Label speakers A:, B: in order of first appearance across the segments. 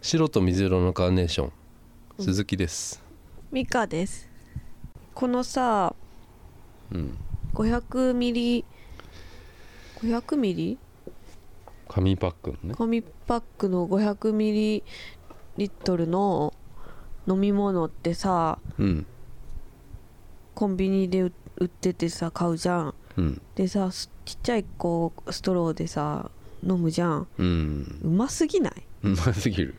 A: 白と水色のカーネーション
B: うん
A: 鈴木です
B: ミカですこのさ
A: うん
B: 500ミリ500ミリ
A: 紙パックのね
B: 紙パックの500ミリリットルの飲み物ってさ
A: うん
B: コンビニで売売っててさ買うじゃん
A: うん
B: でさすちっちゃいこうストローでさ飲むじゃん
A: うん
B: うますぎないう
A: ますぎる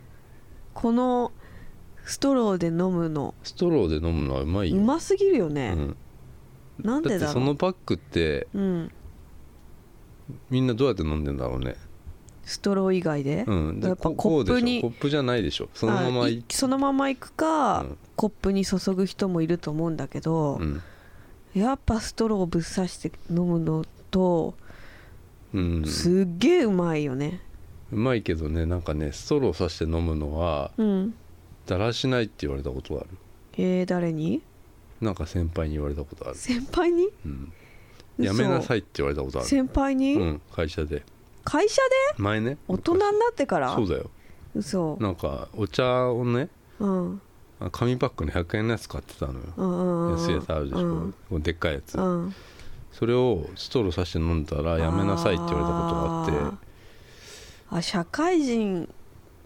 B: このストローで飲むの
A: ストローで飲むのはうまいうよ
B: ますぎるよ
A: う
B: ね、
A: ん
B: なん
A: だ
B: で
A: って
B: だ
A: そ
B: ろう
A: のパックって
B: うん
A: みんなどうやって飲んでんだろうね
B: ストロー以外で、
A: うんで
B: やっぱ
A: ここうでしょ
B: コップに
A: コップじゃないでしょそのまま
B: あ
A: い
B: いそのまま行くか、
A: うん
B: コップに注ぐ人もいると思うんだけど、
A: うん
B: やっぱストローをぶっ刺して飲むのと、
A: うん
B: すっげえうまいよね
A: うまいけどねなんかねストローさして飲むのは
B: うん
A: だらしないって言われたことがある
B: えー、誰に
A: なんか先輩に言われたことある、
B: 先輩に
A: うん、やめなさ
B: い
A: いって言われたことある
B: 先輩に、
A: うん会社で
B: 会社で
A: 前ね
B: 大人になってから
A: そうだよ
B: 嘘
A: なんかお茶をね
B: うん
A: あ紙パックの100円のやつ買ってたのよ
B: うんうんうん
A: 安いやつあるでしょ、
B: うん
A: こうでっかいやつ
B: うん
A: それをストローさして飲んだらやめなさいって言われたことがあって
B: あーあ社会人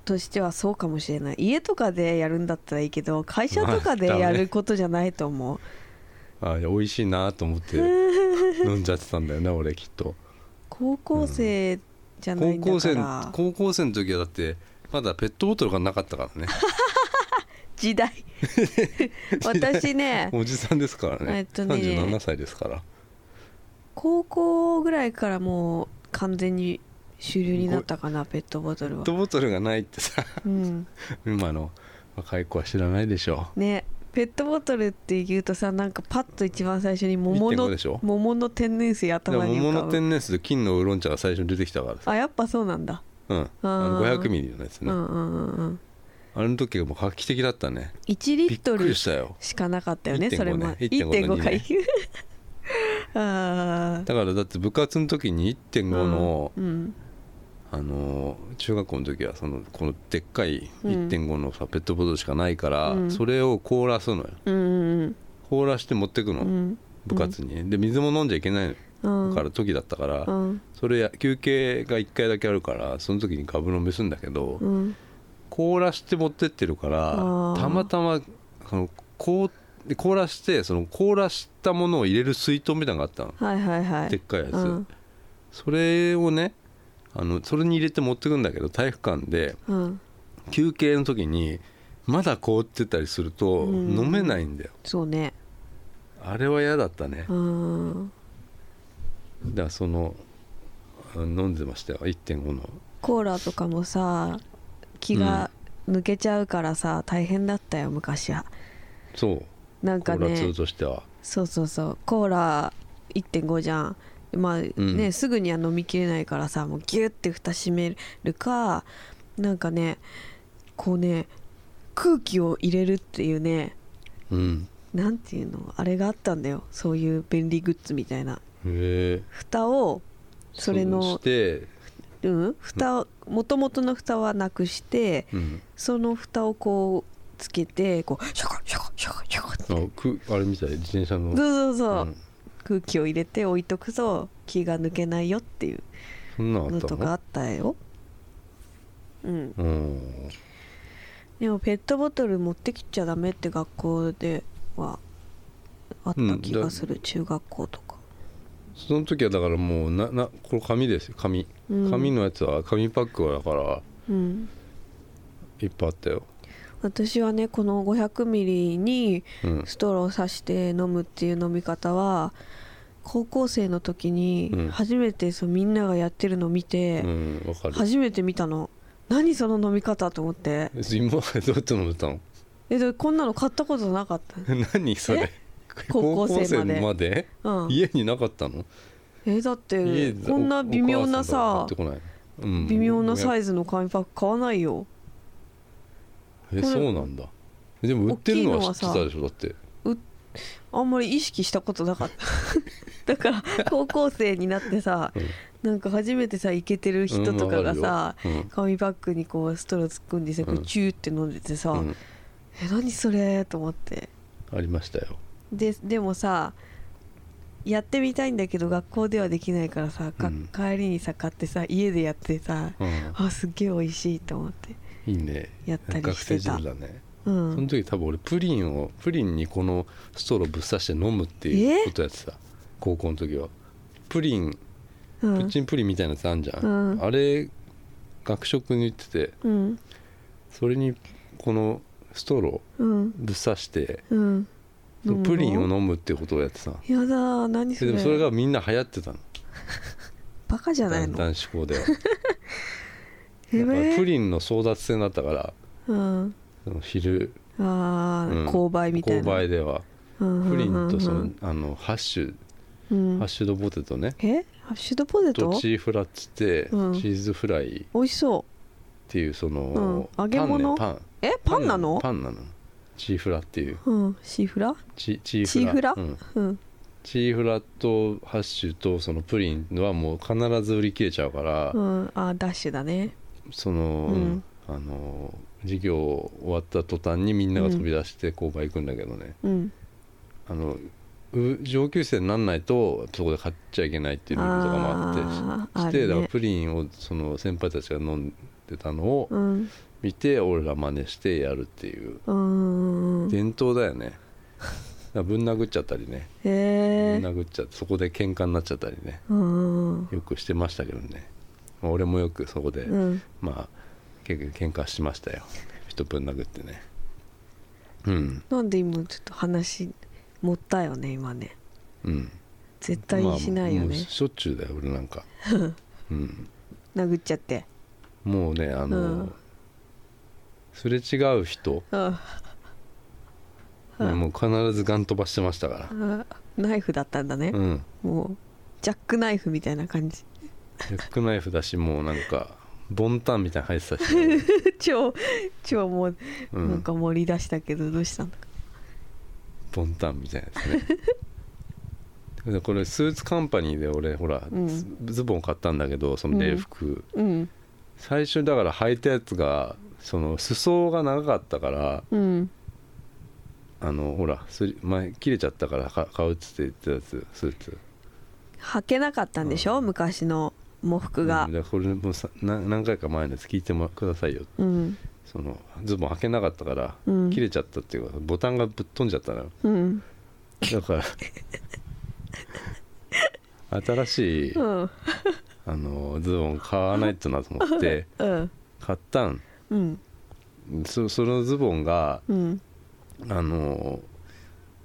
B: としてはそうかもしれない家とかでやるんだったらいいけど会社とかで
A: まあダメ
B: やることじゃないと思う
A: あーいや美味しいなと思って 飲んじゃってたんだよね俺きっと
B: 高校生じゃな
A: 高
B: いんだ
A: 校
B: か
A: 生
B: ら、
A: の高校生の時はだってまだペットボトルがなかったからね
B: 時代私ね
A: おじさんですからね
B: えっとね
A: 37歳ですから
B: 高校ぐらいからもう完全に主流になったかなペットボトル
A: ペッ
B: は
A: トボトルがないってさ
B: うん
A: 今の若い子は知らないでしょ
B: ねペットボトルって言うとさなんかパッと一番最初に桃
A: 1.5
B: の
A: でしょ
B: 桃の天然水
A: でも
B: 頭に
A: 桃
B: 浮か
A: の
B: ぶ
A: 天然水と金のウーロン茶が最初に出てきたからさ、
B: あやっぱそうなんだ
A: うん、あの
B: ー
A: 500ミリのやつ
B: う
A: ね、
B: んうんうんうん
A: あれの時はもう画期的だったね
B: 1
A: び
B: リ
A: っ
B: ッ
A: く
B: ト
A: り
B: ル
A: したよ
B: しかなかったよね
A: 1.5
B: それも
A: ね1.5
B: 1.5回ああ
A: だからだって部活の時に1.5の、
B: うん
A: あのー中学校の時はそのこのでっかい1.5のさ、ペットボトルしかないから、
B: うん
A: それを凍らすのよ
B: うんうん
A: 凍らして持ってくの、
B: うん
A: 部活にで水も飲んじゃいけない
B: うん
A: のから時だったから、
B: うん
A: それや休憩が1回だけあるからその時にガブ飲みするんだけど、
B: うん
A: 凍らして持ってってるから
B: あー
A: たまたまその凍で凍らしてその凍らしたものを入れる水筒みたいなのがあったの、
B: はいはいはい
A: でっかいやつ、
B: うん
A: それをねあのそれに入れて持ってくんだけど体育館で
B: うん
A: 休憩の時にまだ凍ってたりすると
B: うん
A: 飲めないんだよ、
B: そうね
A: あれは嫌だったね、
B: うん
A: だからそのあ飲んでましたよ1.5の
B: コーラとかもさ気が抜けちゃうからさ大変だったよ昔は
A: そう
B: なん
A: コ
B: か
A: ーラ
B: ね
A: 通としては、
B: そうそうそうコーラ1.5じゃんまあね、
A: うん
B: すぐには飲みきれないからさもうギュッて蓋閉めるかなんかねこうね空気を入れるっていうね
A: うん
B: なんていうのあれがあったんだよそういう便利グッズみたいな
A: へえ
B: 蓋をそ
A: う
B: れ
A: し
B: の
A: て、
B: うん蓋をもともとの蓋はなくして
A: うん、
B: その蓋をこうつけてこうシャコシャコシャコシャコって
A: あくあれみたい自転車の
B: そうそう
A: う
B: そう、
A: ん
B: 空気を入れて置いとくと気が抜けないよっていう
A: そんなのあ
B: の
A: った
B: と
A: の
B: かあったようん
A: うん
B: でもペットボトル持ってきちゃダメって学校ではあった気がする、中学校とか
A: その時はだからもうななこれ紙ですよ紙、
B: うん
A: 紙のやつは紙パックはだから
B: うん
A: いっぱいあったよ、
B: 私はねこの500ミリに
A: うん
B: ストローを刺して飲むっていう飲み方は高校生の時
A: うん
B: に初めてそうみんながやってるのを見て、
A: うん、わかる
B: 初めて見たの何その飲み方と思って
A: 今までどうやって飲んでたの
B: えでこんなの買ったことなかっ
A: 何それ
B: 高校生まで
A: 高まで
B: た、うん、
A: 家になかったの、
B: えだっ
A: 家
B: て
A: で
B: こんな微妙なさ
A: お母んとか買ってこないうん
B: 微妙なサ
A: イ
B: イズの紙パック買わないよ
A: え
B: これ
A: そうなんだでも売ってるのは知ってたでしょだって
B: あんまり意識したことなかっただから高校生になってさ、
A: うん
B: なんか初めてさイケてる人とかがさ、
A: うんわかるようん
B: 紙バッグにこうストロー突っ込んでさ、こう
A: うん
B: チューって飲んでてさ「
A: うん
B: え何それ?」と思って
A: ありましたよ
B: ででもさやってみたいんだけど学校ではできないからさ、か
A: うん
B: 帰りにさ買ってさ家でやってさ、
A: うん
B: あすっげえ美味しいと思って
A: いいね
B: やったりしてた
A: 学生時代だね、
B: う
A: その
B: ん
A: 時多分俺プリンをプリンにこのストローぶっ刺して飲むっていうことやってた高校の時はプリン
B: う
A: プッ
B: ん
A: チンプリンみたいなやつあんじゃん、
B: うん
A: あれ学食に売ってて
B: うん
A: それにこのストロ
B: うん
A: ーぶっ刺して
B: うん飲むの
A: プリンを飲むっていうことをやってたの
B: やだー何そ
A: でで
B: れ
A: もそれがみんな流行ってたの
B: バカじゃないの
A: 男子校では
B: え
A: だからプ
B: ン
A: リンの争奪戦だったから
B: うん
A: その昼
B: あ
A: う
B: ー
A: ん
B: 購買みたい
A: 購
B: な
A: 買ではプ
B: プ
A: リンとそのあのハッシュ
B: うん
A: ハッシュドポテトね
B: えハッシュドポテ
A: と
B: ト
A: チーフラっつってチ
B: うん
A: ーズフライっ
B: 美味しそ
A: ていうその
B: うん揚げ物
A: パンね
B: うえ
A: パン
B: パンなの
A: パンなのチーフラっていう
B: うんシーフラ
A: チチーフラ
B: チーフラ
A: うん
B: うん
A: チーフラとハッシュとそのプリンはもう必ず売り切れちゃうから、
B: うんあダッシュだね
A: その、
B: うん
A: あの授業終わった途端にみんなが飛び出して購買行くんだけどね、
B: うん
A: あのう上級生になんないとそこで買っちゃいけないっていうルールとかもあって
B: あー
A: し
B: あ
A: て
B: るね
A: だからプリンをその先輩たちが飲んでたのを
B: うん
A: 見て俺ら真似してやるっていう
B: うん
A: 伝統だよねだからぶん殴っちゃったりねぶ
B: へえ
A: ん殴っちゃってそこで喧嘩になっちゃったりね
B: うん
A: よくしてましたけどねまあ俺もよくそこで、
B: うん
A: まあ結局喧嘩しましたよ人ぶん殴ってねうん
B: なんで今ちょっと話持ったよね今ね
A: うん
B: 絶対にしないよ
A: まあもう
B: ね
A: しょっちゅうだよ俺 なんかうん
B: 殴っちゃって
A: もうねあの、
B: うん
A: すれ違う人、
B: うんうん
A: もう必ずガン飛ばしてましたから
B: あナイフだったんだね
A: うん
B: もうジャックナイフみたいな感じ
A: ジャックナイフだしもうなんかボンタンみたいなの入 ってたし、
B: 超超もう
A: う
B: なん
A: ん、
B: か盛り出したけどどうしたんだか
A: ボンタンみたいなやつねでこれスーツカンパニーで俺ほら、
B: うん
A: ズズボン買ったんだけどその礼服、
B: うん
A: 最初だから履いたやつがその裾が長かったから
B: うん
A: あのほらすり前切れちゃったからか買うっつって言ってたやつスーツ
B: 履けなかったんでしょ、昔の喪服が
A: うんだからこれもさな何回か前のやつ聞いてもくださいよ
B: うん
A: そのズボン履けなかったから、
B: うん
A: 切れちゃったっていうかボタンがぶっ飛んじゃったのよ
B: うん
A: だから新しい
B: うん
A: あのズボン買わないとなと思って
B: うん
A: 買ったん
B: うん
A: そそのズボンが
B: うん
A: あの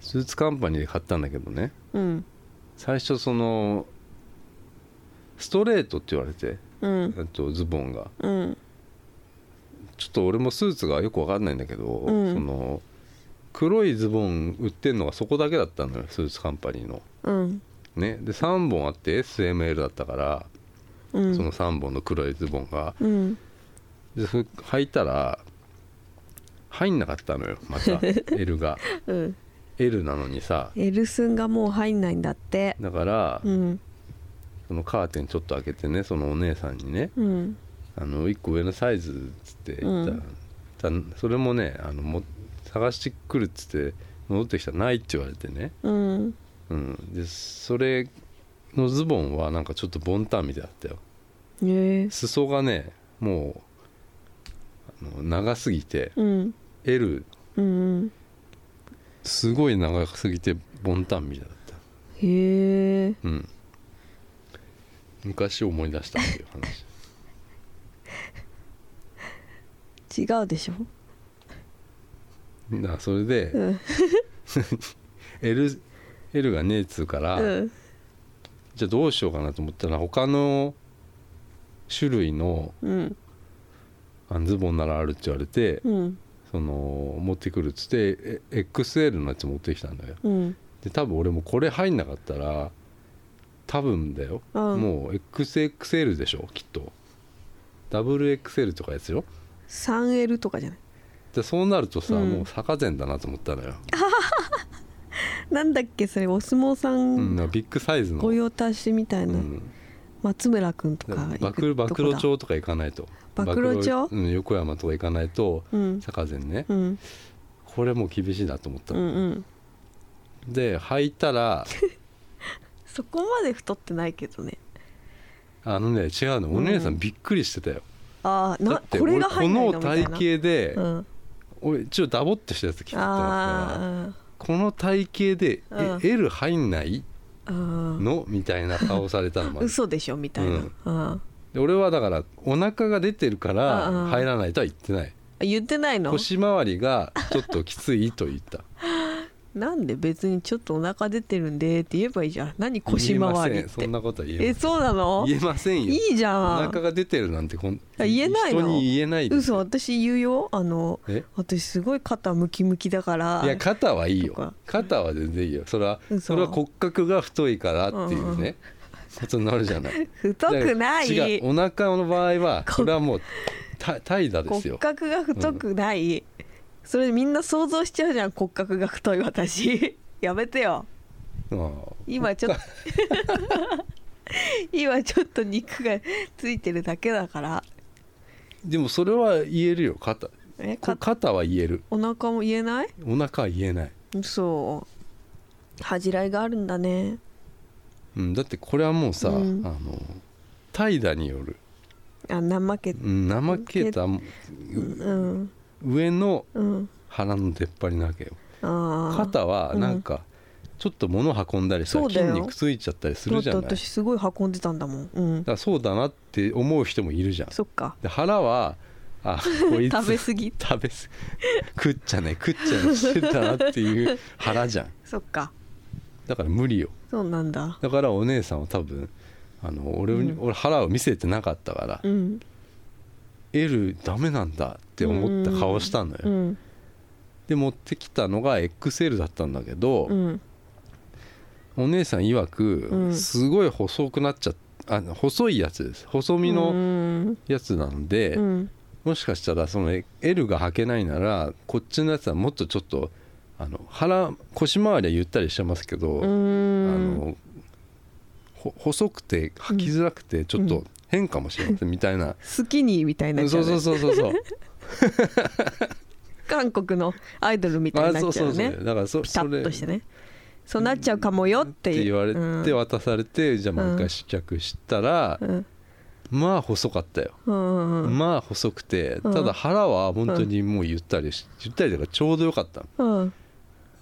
A: スーツカンパニーで買ったんだけどね
B: うん
A: 最初そのストレートって言われて、
B: うん
A: えっと、ズボンが
B: うん
A: ちょっと俺もスーツがよくわかんないんだけど、
B: ん
A: その黒いズボン売ってんのがそこだけだったのよスーツカンパニーの。
B: うん
A: ね、で3本あって SML だったから、
B: うん
A: その3本の黒いズボンが
B: うん
A: でそれ履いたら入んなかったのよま た L が
B: うん
A: L なのにさ
B: エルスンがもう入んないんだって
A: だから、
B: うん
A: そのカーテンちょっと開けてねそのお姉さんにね
B: うん
A: あの1個上のサイズっつって言った,、たそれもねあのも探してくるっつって戻ってきたらないって言われてね、
B: うん
A: うん、でそれのズボンはなんかちょっとボンタンみたいだったよ
B: ええ
A: 裾がねもうあの長すぎて
B: うん、
A: L
B: うんうん
A: すごい長すぎてボンタンみたいだった
B: へえ
A: うん昔思い出したっていう話
B: 違うでしょ
A: だからそれで、
B: うん
A: L, L がねえっつうから、
B: うん
A: じゃあどうしようかなと思ったら他の種類の
B: うん
A: あのズボンならあるって言われて、
B: うん
A: その持ってくるっつってえ XL のやつ持ってきたんだよ
B: うん
A: で多分俺もこれ入んなかったら多分だよ、
B: うん
A: もう XXL でしょきっと WXL とかやつよ
B: 3L とかじゃない
A: でそうなるとさ、
B: うん
A: もう坂前だなと思ったのよ、
B: なんだっけそれお相撲さ
A: うん
B: ん
A: なんかビッグサイズの
B: 御用達みたいな、
A: うん
B: 松村君と
A: だ
B: か
A: 暴
B: 行
A: 露
B: く
A: 暴
B: とこ
A: 露
B: だ
A: 町とか行かないと
B: 暴露町
A: うん、横山とか行かないと
B: うん
A: 坂前ね、
B: うん
A: これもう厳しいなと思った
B: うんう
A: の、
B: ん
A: で履いた ら
B: そこまで太ってないけどね
A: あのね違うのお姉さ
B: うん
A: んびっくりしてたよ、
B: ああ
A: だ
B: な
A: って
B: これ
A: 俺
B: が
A: こ
B: 入んない
A: の
B: のみた
A: 体
B: いな
A: 型で、
B: うん
A: 俺一応ダボってしたやつ着てたから
B: あ
A: この体型で、え
B: うん
A: L 入んない
B: ーあー
A: のみたいな顔されたのまで
B: 嘘でしょみたいな、
A: うん
B: あ
A: で俺はだからお腹が出てるか
B: うんう
A: ら
B: ん
A: 入らないとは言ってない
B: ー言ってないの
A: 腰回りがちょっときついと言った
B: なんで別にちょっとお腹出てるんでって言えばいいじゃん何 腰回
A: 言
B: り
A: えませ
B: っ
A: んそ
B: て
A: んなことは言え
B: え
A: ま
B: そうな
A: せ
B: の
A: ん言えませんよ
B: いいじゃ
A: お
B: ん
A: 腹が出てるなんてこん
B: あ言えないの
A: 人に言えないです
B: 嘘私言うよあの
A: え
B: 私すごい肩ムキムキだから
A: いや肩はいい
B: とか
A: よ肩は全然いいよそれは
B: 嘘
A: それは骨格が太いからっていう
B: うんう
A: ねことになるじゃない
B: 太くな
A: だから違
B: いう
A: お腹の場合は
B: こ
A: これはもうた怠惰です
B: 骨
A: よ
B: 格が太くない、それみんな想像しちゃうじゃん骨格が太い私 やめてよ
A: うん
B: 今ちょっと 今ちょっと肉がついてるだけだから
A: でもそれは言えるよ肩
B: え
A: こ
B: か
A: 肩は言える
B: お腹も言えない
A: お腹は言えない、
B: そう恥じらいがあるんだね
A: うん、だってこれはもうさ、
B: うん
A: あの怠惰による
B: あ怠け
A: うん怠けた
B: うん
A: 上の
B: うん
A: 腹の出っ張りなわけよ
B: ああ
A: 肩はなんかちょっと物運んだりさ、
B: そう
A: 筋
B: だよ
A: 肉ついちゃったりするじゃない
B: だ
A: だ
B: って私すごい運んでたんだもんうん
A: からそうだなって思う人もいるじゃん
B: そっか
A: で腹はあ こいつ
B: 食べ過ぎ
A: 食べす食っちゃね食っちゃねしてたなっていう腹じゃん
B: そっか
A: だから無理よ
B: そうなんだ
A: だからお姉さんは多分あの俺,、に俺腹を見せてなかったから、
B: うん
A: L ダメなんだって思った顔したのよ、
B: うん
A: で持ってきたのが XL だったんだけど、
B: うん
A: お姉さん曰く、
B: うん
A: すごい細くなっちゃあの細いやつです細身
B: う
A: の
B: ん
A: やつなんで、
B: うん
A: もしかしたらその L が履けないならこっちのやつはもっとちょっとあの腹腰回りはゆったりしてますけど、
B: う
A: あ
B: ん
A: のほ細くて履きづらくてちょっと変かもしれませんみたいな、
B: スキニーみたいになっち
A: そ
B: ゃ
A: う
B: う
A: そう
B: ね
A: そうそう そう
B: 韓国のアイドルみたい
A: あ
B: にな
A: そ
B: っ
A: う
B: ちゃ
A: そううそう
B: ね
A: だからそ
B: ピタ
A: そ
B: ッ
A: れ
B: としてねそうなっちゃうかもよっ
A: ってて言われて
B: うん
A: 渡されて、じゃあもう一
B: うん
A: 回試着したら
B: う、ん
A: まあ細かったよ、
B: うんうん
A: まあ細くて
B: うん
A: ただ腹は本当にもうゆったりし、ゆったりだからちょうどよかったの
B: うん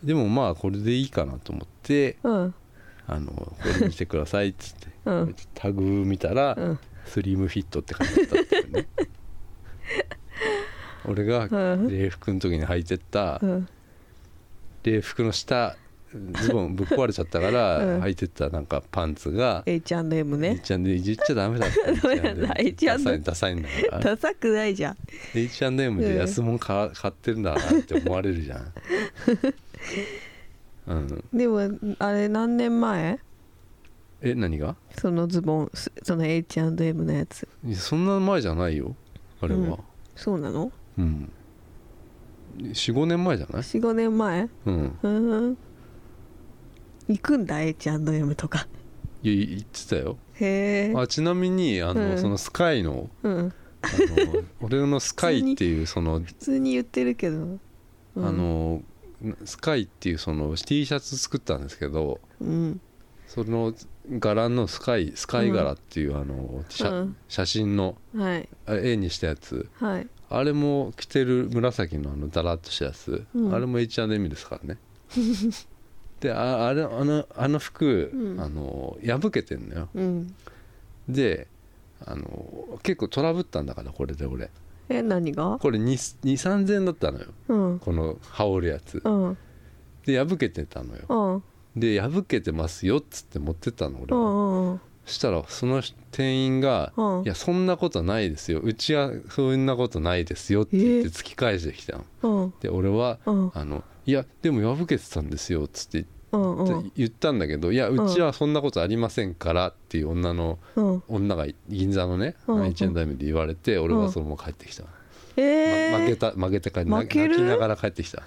A: でもまあこれでいいかなと思って
B: うん
A: 「あのこれ見てください」っ つって、
B: うん
A: タグ見たら、
B: うん
A: スリムフィットって感じだったって いうね俺が
B: うん
A: 礼服の時に履いてった、
B: うん
A: 礼服の下ズボンぶっ壊れちゃったか
B: う
A: ら、
B: ん
A: 履いてったなんかパンツが
B: H&M ね
A: H&M でいじっちゃダメだって
B: ダメなんだ H&M
A: ダサいダサいんだ から
B: ダサくないじゃん
A: H&M で安物買買ってるんだなって思われるじゃ んうん
B: でもあれ何年前
A: え何が
B: そのズボンすその H&M のやつ
A: いやそんな前じゃないよあれは
B: そうなの
A: うん、45年前じゃない
B: 45年前
A: うん
B: うん行くんだ H&M とか
A: いや言ってたよ
B: へえ
A: あちなみにあの、
B: うん
A: そのスカイの
B: うん
A: あ の俺のスカイっていうその、
B: 普通に言ってるけど、うん、
A: あのスカイっていうその T シャツ作ったんですけど
B: うん
A: その柄のスカイスカイ柄っていう、あの写
B: うん
A: 写真の
B: はい
A: あ絵にしたやつ
B: はい
A: あれも着てる紫のあのダラッとしたやつ、
B: うん
A: あれも H&M ですから ねでああれあのあの服、
B: うん
A: あの破けてんのよ
B: うん
A: であの結構トラブったんだからこれで俺
B: え何が
A: これ2 2 3 0 0 0だったのよ
B: うん
A: この羽織るやつ
B: うん
A: で破けてたのよ
B: うん
A: で破けてますよっつって持ってったの俺
B: う
A: は、
B: んうん
A: したらその店員が
B: うん
A: いやそんなことないですようちはそんなことないですよ」って言って突き返してきたの。
B: うん
A: で俺は「
B: うん
A: あのいやでも破けてたんですよ」っつって
B: うんう
A: 言っ
B: ん
A: て言ったんだけど「いや
B: ん
A: うちはそんなことありませんから」っていう女の
B: うん
A: 女が銀座のね
B: うん
A: H&M で言われて俺はそのまま帰ってきた、
B: え
A: ま負け
B: ー、
A: た負けて帰って
B: 負け
A: 泣
B: る
A: きながら帰ってきた、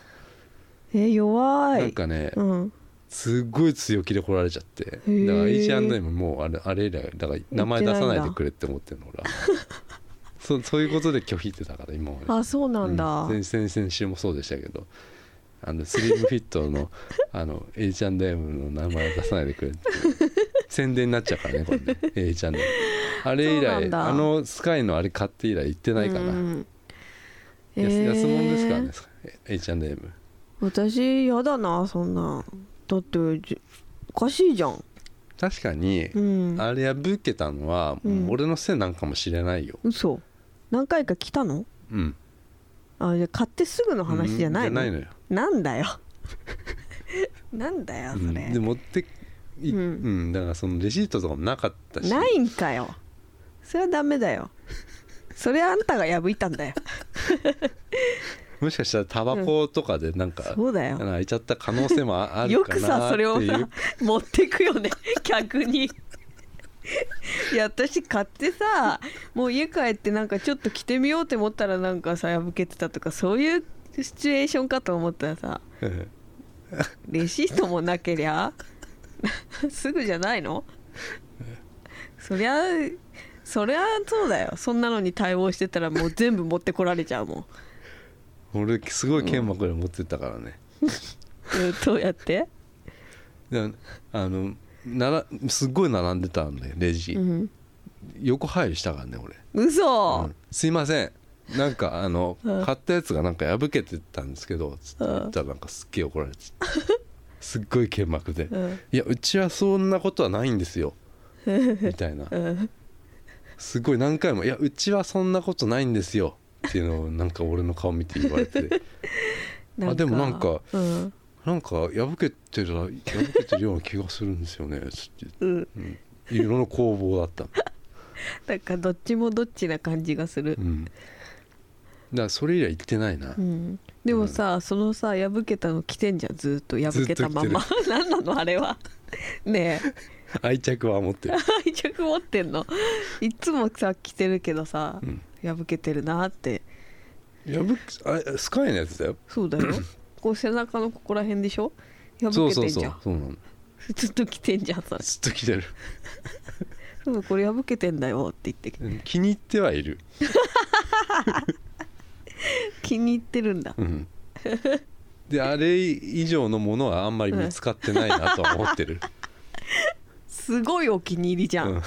B: え弱い
A: なんかね
B: うん
A: すっごい強気で来られちゃってだから
B: ー
A: H&M もうあれあれ以来だから名前出さないでくれって思ってるの 俺はそうそういうことで拒否ってたから今まで
B: あそうなんだ、
A: うん先先先週もそうでしたけどあのスリムフィット のあの H&M の名前を出さないでくれっていう宣伝になっちゃうからねこれね H&M あれ以
B: そうなん
A: 来
B: だ
A: あのスカイのあれ買って以来行ってないから、
B: うん
A: やす安物ですから
B: え
A: ね
B: ー
A: H&M
B: 私やだなそんなだってじおかしいじゃん
A: 確かに、
B: うん
A: あれ破けたのは、
B: うん
A: 俺のせいなんかもしれないよ
B: 嘘何回か来たの
A: うん
B: あじゃあ買ってすぐの話じゃないの,、
A: うんじゃないのよ
B: なんだよ なんだよ
A: う
B: そ
A: ん
B: れ、
A: で持ってい
B: うん
A: うん、だからそのレシートとかもなかったし
B: ないんかよそれはダメだよそれあんたが破いたんだよ
A: もしかしたらタバコとかでなんか、
B: そうだよ
A: 開いちゃった可能性もああ
B: よ
A: るか
B: く
A: な
B: さ
A: って
B: そ
A: い
B: れ
A: う
B: をさ持ってくよね客に いや私買ってさもう家帰ってなんかちょっと着てみようって思ったらなんかさ破けてたとかそういうシチュエーションかと思ったらさ
A: うん
B: レシートもなけりゃ すぐじゃないのそりゃそりゃそうだよそんなのに対応してたらもう全部持ってこられちゃうもん
A: 俺すごい剣幕で持ってったからね、
B: えどうやって、
A: であのならすっごい並んでたんだよレジ、
B: うん、
A: 横入りしたからね俺、う
B: 嘘、
A: んすいませんなんかあの
B: うん
A: 買ったやつがなんか破けてたんですけどつって言ったらなんかすっげえ怒られて すっごい剣幕で
B: うん
A: 「いやうちはそんなことはないんです よ」みたいな
B: うん
A: すごい何回も「いやうちはそんなことないんですよ」っていうのをなんか俺の顔見て言われ て
B: なんか
A: あでもなんか
B: うん
A: なんか破けてるな破けてるような気がするんですよねつって
B: うん、
A: 色の攻防だったの、
B: なんかどっちもどっちな感じがする
A: う、ん、だからそれ以来行ってないな、
B: うん、でもさ、そのさ破けたの着てんじゃんずっと破けたまま 何なのあれはねえ
A: 愛着は持ってる、
B: 愛着持ってんのいつもさ着てるけどさ、
A: うん、
B: 破けてるなって
A: 破けあスカイのやつだよ
B: そうだよ こう背中のここら辺でしょ
A: そ
B: 破
A: う
B: け
A: そ
B: てん
A: う
B: じ
A: そ
B: ゃ
A: うんそうなの
B: ずっと着てんじゃんそれ
A: ずっと着てる
B: そうこれ破けてんだよって言って
A: うん気に入ってはいる、
B: 気に入ってるんだ
A: うん、であれ以上のものはあんまり見つかってないなとは思ってる、
B: すごいお気に入りじゃん、
A: うん、だか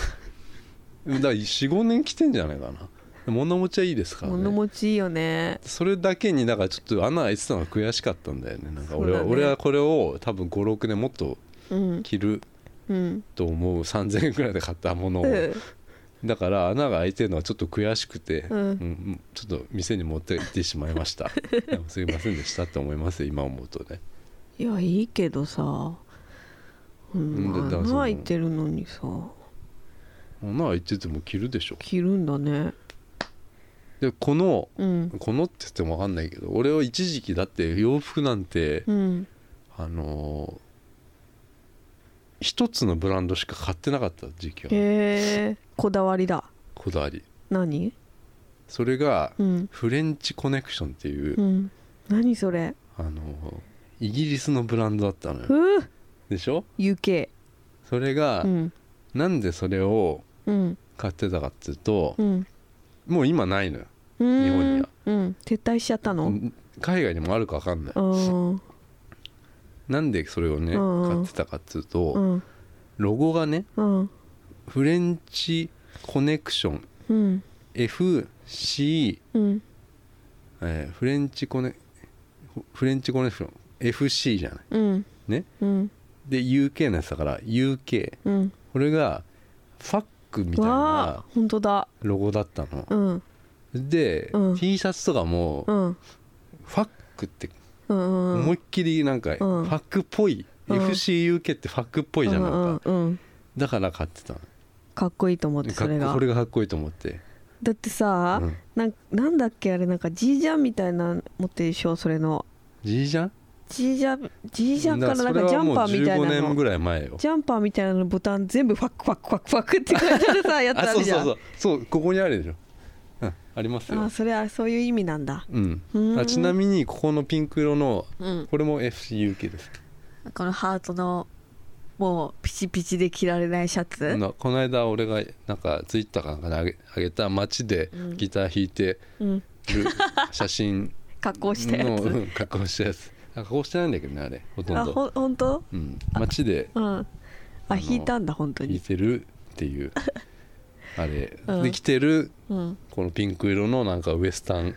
A: ら45年来てんじゃないかな物持ちはいいですからね
B: 物持ちいいよね
A: それだけになんかちょっと穴開いてたのが悔しかったんだよねなんか俺は、
B: そうだね
A: 俺はこれを多分56年もっと
B: うん
A: 着る
B: うん
A: と思う3000円ぐらいで買ったも のを、
B: うん
A: だから穴が開いてるのはちょっと悔しくて、
B: うん
A: んちょっと店に持って行ってしまいました でもすいませんでしたって思います今思うとね
B: いやいいけどさう
A: う
B: ん
A: んだだからそ
B: 穴
A: の
B: 開いてるのにさ
A: 穴開いてても着るでしょ
B: 着るんだね
A: でこの
B: うん
A: このって言っても分かんないけど俺は一時期だって洋服なんて、
B: うん
A: あのー一つのブランドしか買ってなかった時期は
B: へえこだわりだ
A: こだわり
B: 何
A: それが
B: うん
A: フレンチコネクションっていう、
B: うん何それ
A: あのーイギリスのブランドだったのよ
B: ふう
A: でしょ
B: UK
A: それが、
B: うん
A: なんでそれを
B: うん
A: 買ってたかっていうと
B: う、ん
A: もう今ないのよ
B: 日
A: 本には
B: うん撤退しちゃったの
A: 海外にもあるか分かんない
B: うん
A: なんでそれをね
B: うんうん
A: 買ってたかっていうと、
B: うん
A: ロゴがね
B: うん
A: フレンチコネクション
B: うん
A: FC
B: うん
A: えーフレンチコネフレンチコネクション FC じゃない
B: うん
A: ね
B: うん
A: で UK のやつだから UK
B: うん
A: これがファックみたい
B: わあ
A: な
B: 本当だ
A: ロゴだったの
B: うん
A: で、
B: うん
A: T シャツとかも、
B: うん
A: ファックって
B: うんうん
A: 思いっきりなんか、
B: ん
A: ファックっぽい、
B: うん
A: FCUK ってファックっぽいじゃんないか、
B: うんうんうん
A: だから買ってたの
B: かっこいいと思って
A: か
B: それ
A: っこ
B: が
A: これがかっこいいと思って
B: だってさ、
A: うん
B: なんなんだっけあれなんかジージャンみたいなの持ってるでしょそれの
A: G じゃん
B: ジージャンジージャンからなん
A: だ
B: か
A: そ
B: ジ
A: れ
B: ャ
A: はも
B: ン
A: う
B: パーみたいな
A: 15年
B: の
A: ぐらい前よ
B: ジャンパーみたいなのボタン全部ファックファックファックファックって書いてあるさやつ
A: あ
B: あ
A: そ
B: る
A: う
B: じ
A: そう
B: ゃ
A: んそ
B: あ
A: うそうここにあるでしょ、うん、ありますよ
B: それはそういう意味なんだ
A: うん
B: うーん
A: あちなみにここのピンク色の
B: うん
A: これも FCUK です
B: このハートのもうピチピチで着られないシャツ、
A: なこの間俺がなんかツイッターかなんかであげあげた街で
B: うん
A: ギター弾いて
B: うん、
A: る写 真
B: 加工したや
A: の
B: つ
A: うん加工したやつあ加工してないんだけどねあれほと
B: あ
A: んど、
B: ほほんと
A: うん、街で
B: うんあ
A: あの
B: 引いたんだ本当
A: 弾い
B: に
A: てるっていうあれ、
B: うん
A: で着てる
B: うん、
A: このピンク色のなんかウエスタン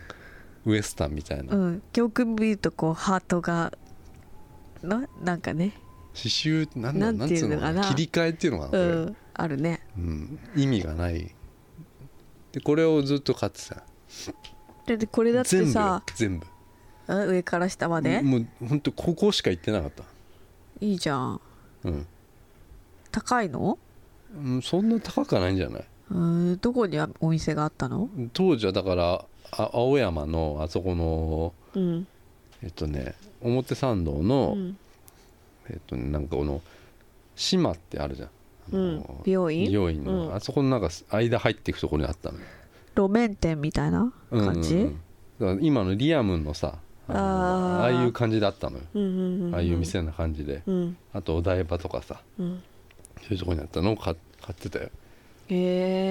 A: ウエスタンみたいな、
B: う
A: 刺
B: ん、よく見るとこうハートがななんかね
A: 繍ってなんだ
B: な
A: なんん
B: てい
A: つ
B: う
A: う
B: の
A: の
B: かな
A: かな切り替えっていうのか
B: う
A: な、これ
B: んあるね
A: うん、意味がないでこれをずっと買ってた
B: だってこれだって
A: 全部よ
B: さ
A: 全部
B: うん上から下まで
A: もう本当ここしか行ってなかった
B: いいじゃん
A: うん
B: 高いの
A: うんそんな高くはないんじゃないう
B: ーんどこにあお店があったの
A: 当時はだからあ青山のあそこの
B: うん
A: えっとね表参道
B: う
A: の、
B: ん、
A: えっとねなんかこの島ってあるじゃん、あ
B: う
A: の
B: ん、美容院
A: 病院の、
B: うん
A: あそこのなんか間入っていくところにあったのよ
B: 路面店みたいな
A: うんうんうん
B: 感じ、うん
A: だから今のリアムのさあの
B: あー
A: ああいう感じだったのよ、
B: うんうんうん
A: ああいう店な感じで
B: うん
A: あとお台場とかさ
B: うん
A: そういうとこにあったのを買買ってたよ
B: へ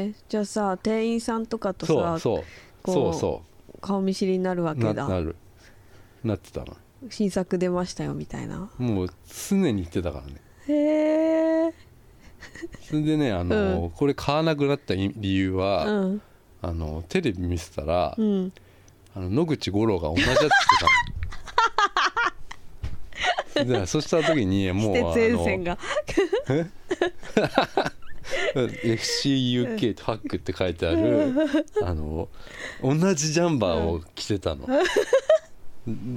B: えじゃあさ店員さんとかと
A: そ
B: さ
A: うそう
B: こう
A: そうそ
B: 顔見知りになるわ
A: う
B: け
A: な
B: だ
A: なるなってたの
B: 新作出ましたよみたいな
A: もう常に言ってたからね
B: へえ
A: それでねあの、
B: う
A: これ買わなくなった理由は、
B: うん
A: あのテレビ見せたら、
B: うん
A: あの野口五郎が同じやつ着てたの でそした時にもうあ
B: 季節沿線
A: の
B: が
A: FCUK とハックって書いてあるあの同じジャンバーを着てたの、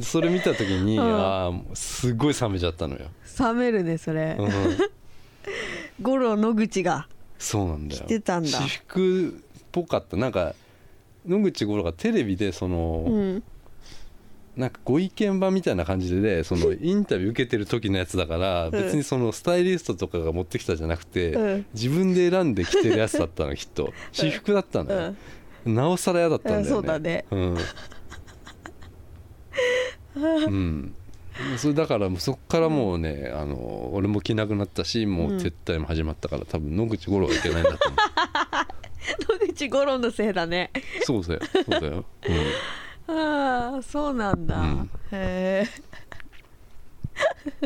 A: それ見た時に、
B: うん
A: ああすごい冷めちゃったのよ、
B: 冷めるねそれ、
A: うん、
B: 五郎野口が
A: そうなんだよ
B: 着てたんだ
A: 私服っぽかったなんか野口五郎がテレビでその、
B: うん
A: なんかご意見番みたいな感じでそ のインタビュー受けてる時のやつだから、別にそのスタイリストとかが持ってきたじゃなくて、
B: うん
A: 自分で選んで着てるやつだったのきっと私服だったのよ、なおさら嫌だったんだよね、
B: うんそうだね
A: うんうんそれだからもうそっからもうね、あの俺も着なくなったしもう撤退も始まったから、多分野口五郎はいけないんだと思う
B: 野口五郎のせいだね
A: そうだよそうだよ、うん
B: ああそうなんだ、
A: うん
B: へえ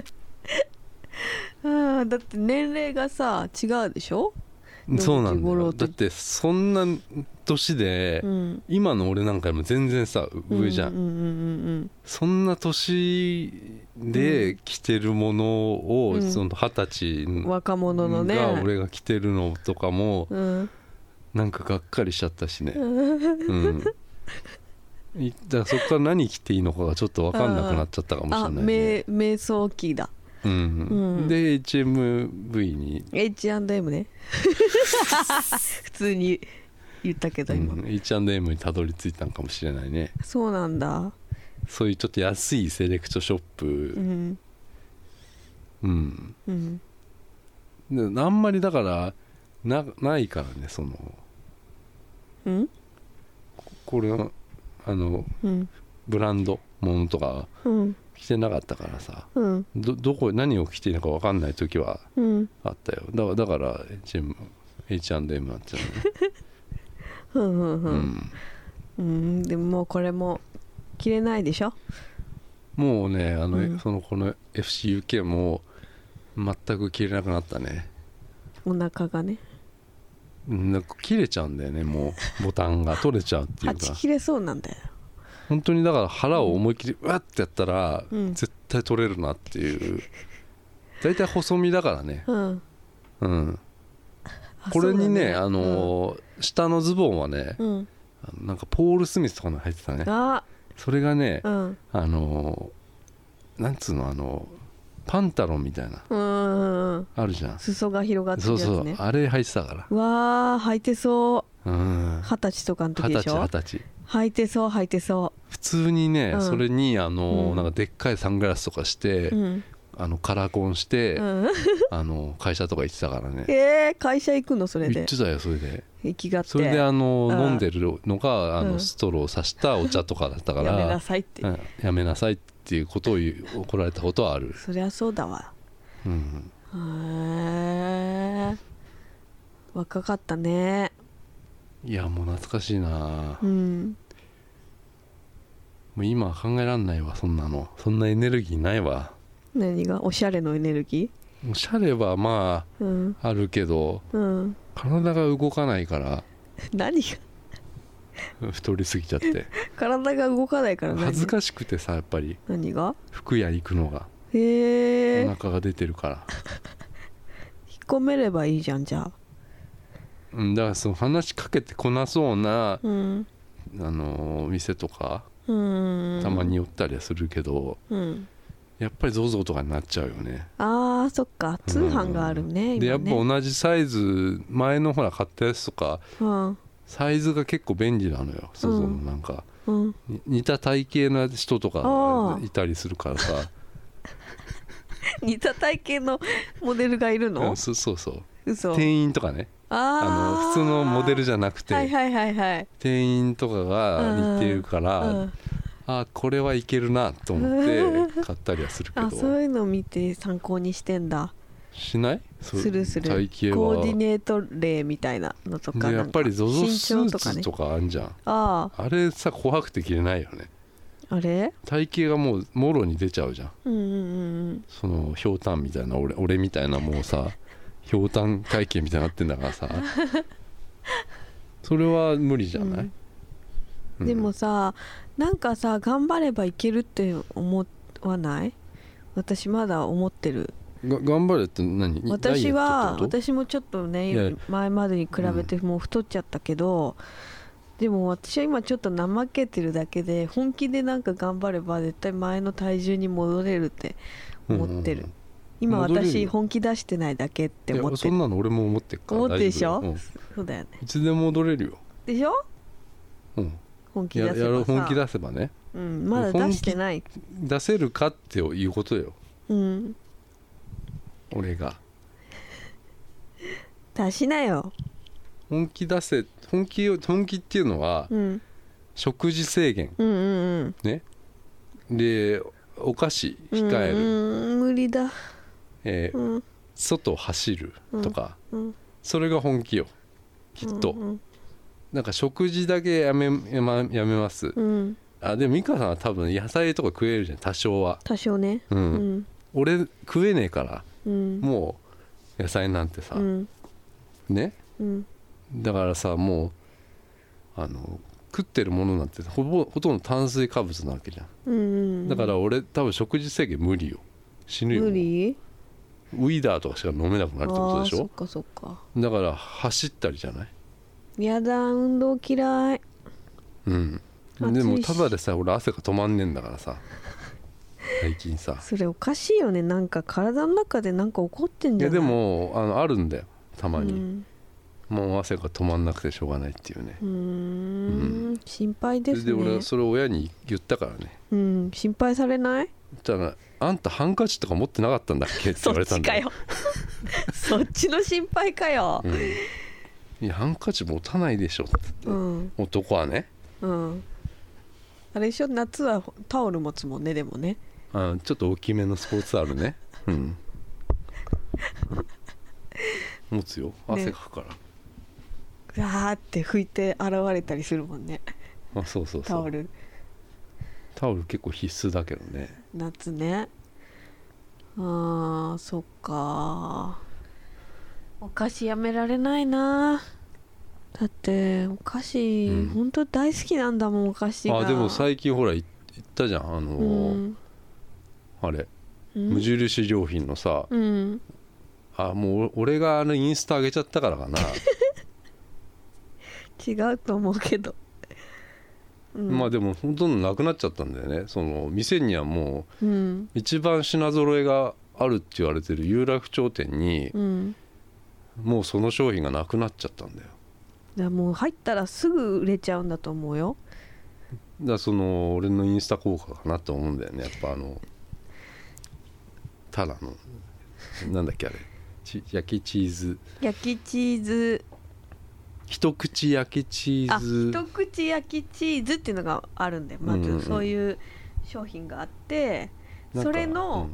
B: ああだって年齢がさ違うでしょ野口
A: そうなんだ
B: 五郎
A: よ
B: って
A: だってそんな年で、
B: うん
A: 今の俺なんかよりも全然さ上じゃん、
B: うんうん
A: そんな年で着てるものを、
B: うん
A: その二十
B: うんうん
A: 歳
B: 若者のね
A: が俺が着てるのとかも
B: うん
A: なんかがっかりしちゃったしね、うん、いだからそこから何着ていいのかがちょっと分かんなくなっちゃったかもしれ
B: あ
A: ないね、
B: 瞑瞑想期だ
A: うん
B: うん
A: で HMV に、
B: H&M ね普通に言ったけ
A: う
B: ど今、
A: ん、H&M にたどり着いたのかもしれないね
B: そうなんだ
A: そういうちょっと安いセレクトショッ
B: う
A: プ、
B: ん
A: うん、
B: うん
A: であんまりだからなないからねその
B: うん
A: これはあの
B: うん
A: ブランドものとか
B: うん
A: 着てなかったからさ
B: うん
A: どどこ何を着ていいのか分かんない時は
B: うん
A: あったよだだから H&M, H&M なんていう
B: うん
A: の、う
B: うん うん
A: ん、
B: うんでももうこれも着れないでしょ
A: もうねあの、
B: うん
A: そのこの FCUK も全く着れなくなったね
B: お腹がね
A: うんなんか切れちゃうんだよねもうボタンが取れちゃうってい
B: は
A: う
B: ち
A: か
B: 切れそうなんだよ
A: 本当にだから腹を思いっきりうわってやったら、
B: うん
A: 絶対取れるなっていう大体細身だからね
B: うん
A: うん
B: あ
A: これにねあ
B: そうなんだ
A: のー下のズボンはね
B: うんうん
A: あのなんかポール・スミスとかの入ってたね
B: あ
A: それがね
B: うん
A: あのーなんつうのあのパンタロンみたいな
B: うんうんうん
A: あるじゃん
B: 裾が広がってる
A: そ
B: や
A: う
B: つ
A: そう
B: ね
A: あれ履いてたか
B: うわー履いてそ
A: らうん
B: う二十歳とかの時
A: 二
B: で
A: 十
B: し
A: 歳二
B: ょ
A: 十歳
B: 履いてそう履いてそ
A: 普通にね、
B: うん
A: それにあのー、
B: うん
A: なんかでっかいサングラスとかして、
B: ううん
A: あのカラコンして、
B: うん、
A: あの会社とか行ってたからね
B: えー、会社行くのそれ
A: 行っ
B: で
A: てたよそれで
B: 行きがって
A: それであの
B: うん
A: 飲んでるのがあ
B: う
A: の
B: ん
A: ストローを刺したお茶とかだったか
B: やめな
A: ら
B: さいって、
A: うんやめなさいっていうことを言う怒られたことはある、
B: そりゃそうだわ
A: うん、
B: へー若かったね
A: いやもう懐かしいな
B: うん
A: もう今は考えらんないわそんなのそんなエネルギーないわ
B: 何がおしゃれのエネルギ
A: おしゃれはま
B: ーうん
A: ああるけど
B: うん
A: 体が動かないから
B: 何が
A: 太りすぎちゃって
B: 体が動かないから何
A: 恥ずかしくてさやっぱり
B: 何が
A: 服屋行くのが
B: へえ
A: お
B: 引っ
A: 腹が出てるから、
B: 込めればいいじゃんじゃあ
A: うん、だからその話しかけてこなそうな、
B: うん
A: あのー店とか
B: うん
A: たまに寄ったりはするけど、
B: うん
A: やっぱり ZOZO とかになっちゃうよね
B: あーそっか通販があるね、
A: でやっ
B: 今
A: ぱ
B: ね
A: 同じサイズ前のほら買ったやつとか
B: うん
A: サイズが結構便利なのよ ZOZO のなんか、
B: うん
A: に似た体型の人と
B: あ
A: か
B: ー
A: いたりするからさ
B: 似た体型のモデルがいる
A: う
B: の
A: んそそうそう
B: 嘘
A: 店員とかねあの
B: あー
A: 普通のモデルじゃなくて、
B: はいはいはいはい
A: 店員とかが似てるから、
B: うん
A: あこれはいけるなと思って買ったりはするけ
B: あそ
A: ど
B: ういうの見て参考にしてんだ
A: しないそう
B: するする
A: 体型
B: コ
A: は
B: ーディネート例みたいなのとか
A: で
B: な
A: や
B: ん
A: っ
B: か
A: ぱり ZOZO
B: 身
A: ス
B: 長と
A: ー
B: かね
A: ツとかあんじゃん、
B: あ
A: あれさ怖くて着れないよね
B: ああれ
A: 体型がもうもろに出ちゃうじゃん
B: うんうん
A: そのひょうたんみたいな俺俺みたいなもうさひょうたん体型みたいになってんだからさそれは無理じゃない、
B: うん
A: う
B: うんんでもさなんかさ頑張ればいけるって思わない私まだ思ってる
A: が頑張れって何
B: 私
A: ダ
B: は
A: イエットってこと
B: 私もちょっと
A: いや
B: ね前までに比べてもう太っちゃったけど、でも私は今ちょっと怠けてるだけで本気でなんか頑張れば絶対前の体重に戻れるって思ってる、
A: うんうんうん
B: 今
A: 戻れる
B: 私本気出してないだけって思
A: いや
B: って
A: そん
B: る
A: なの俺も思ってっから
B: 思ってるでしょ、
A: 大丈夫よ
B: そうだよね
A: うんいつでも戻れるよ、
B: でしょ
A: うん、
B: 本気
A: や
B: 出せ
A: やろ
B: ば
A: う
B: さ
A: 本気出せばね
B: うん、まだ出してない、
A: 出せるかっていうことよ
B: うん、
A: 俺が
B: 出しなよ、
A: 本気出せ本気を本気っていうのは
B: うん、
A: 食事制限
B: うんうん
A: ねでお菓子
B: うん
A: 控える、
B: うんうん無理だ
A: えー
B: うん
A: 外走るとか、
B: うん
A: それが本気よきっと、
B: うん
A: なんか食事だけやめやまやめます、
B: うん
A: あでも美香さんは多分野菜とか食えるじゃん多少は、
B: 多少ね
A: うん
B: うん
A: 俺食えねえから
B: うん
A: もう野菜なんてさ、
B: うん
A: ね
B: うん
A: だからさもうあの食ってるものなんてほぼほとんど炭水化物なわけじゃん
B: うんうん
A: だから俺多分食事制限無理よ死ぬよ
B: 無理
A: ウィーダーとかしか飲めなくなるってことでし
B: あーそっ
A: ょ
B: かそっか
A: だから走ったりじゃない
B: やだ運動嫌い
A: うん
B: 暑いし
A: でもただでさえ俺汗が止まんねえんだからさ最近さ
B: それおかしいよねなんか体の中でなんか怒ってん
A: い
B: じゃ
A: や
B: ない
A: でもあのあるんだよたま
B: う
A: に、
B: ん
A: もう汗が止まんなくてしょうがないっていうね
B: うーん心配です
A: それで
B: ね
A: 俺それを親に言ったからね
B: うん心配されない
A: 言ったら「あんたハンカチとか持ってなかったんだっけ?」って
B: そ
A: 言わ
B: っ
A: れた
B: ち
A: ん
B: か
A: だよ
B: よそっちの心配かよ
A: うんいやハンカチ持たないでしょって
B: う
A: 言って、
B: ん
A: 男はね
B: うんあれでしょ夏はタオル持つもんねでもね
A: あのちょっと大きめのスポーツあるねうん持つよ汗かくから、
B: ガーって拭いて現れたりするもんね
A: あそうそうそう
B: タオル
A: タオル結構必須だけどね
B: 夏ねあーそっかお菓子やめられないなだってお菓子、
A: うん
B: ほんと大好きなんだもんお菓子が
A: あでも最近ほらい言ったじゃんあの
B: う
A: ー、
B: ん
A: あれ
B: うん
A: 無印良品のさ、
B: うん
A: あもう俺があのインスタ上げちゃったからかな、
B: 違うと思うけど、うん、
A: まあでもほとんどなくなっちゃったんだよねその店にはも
B: うん
A: う一番品揃えがあるって言われてる有楽町店に
B: うん
A: もうその商品がなくなっちゃったんだよ
B: だからもう入ったらすぐ売れちゃうんだと思うよ
A: だからその俺のインスタ効果かなと思うんだよねやっぱあのタラのなんだっけあれち焼きチーズ
B: 焼きチーズ
A: 一口焼きチー
B: あ
A: ズ
B: 一口焼きチーズっていうのがあるんでま
A: うんうんうん
B: ずそういう商品があって、
A: なんか
B: それの、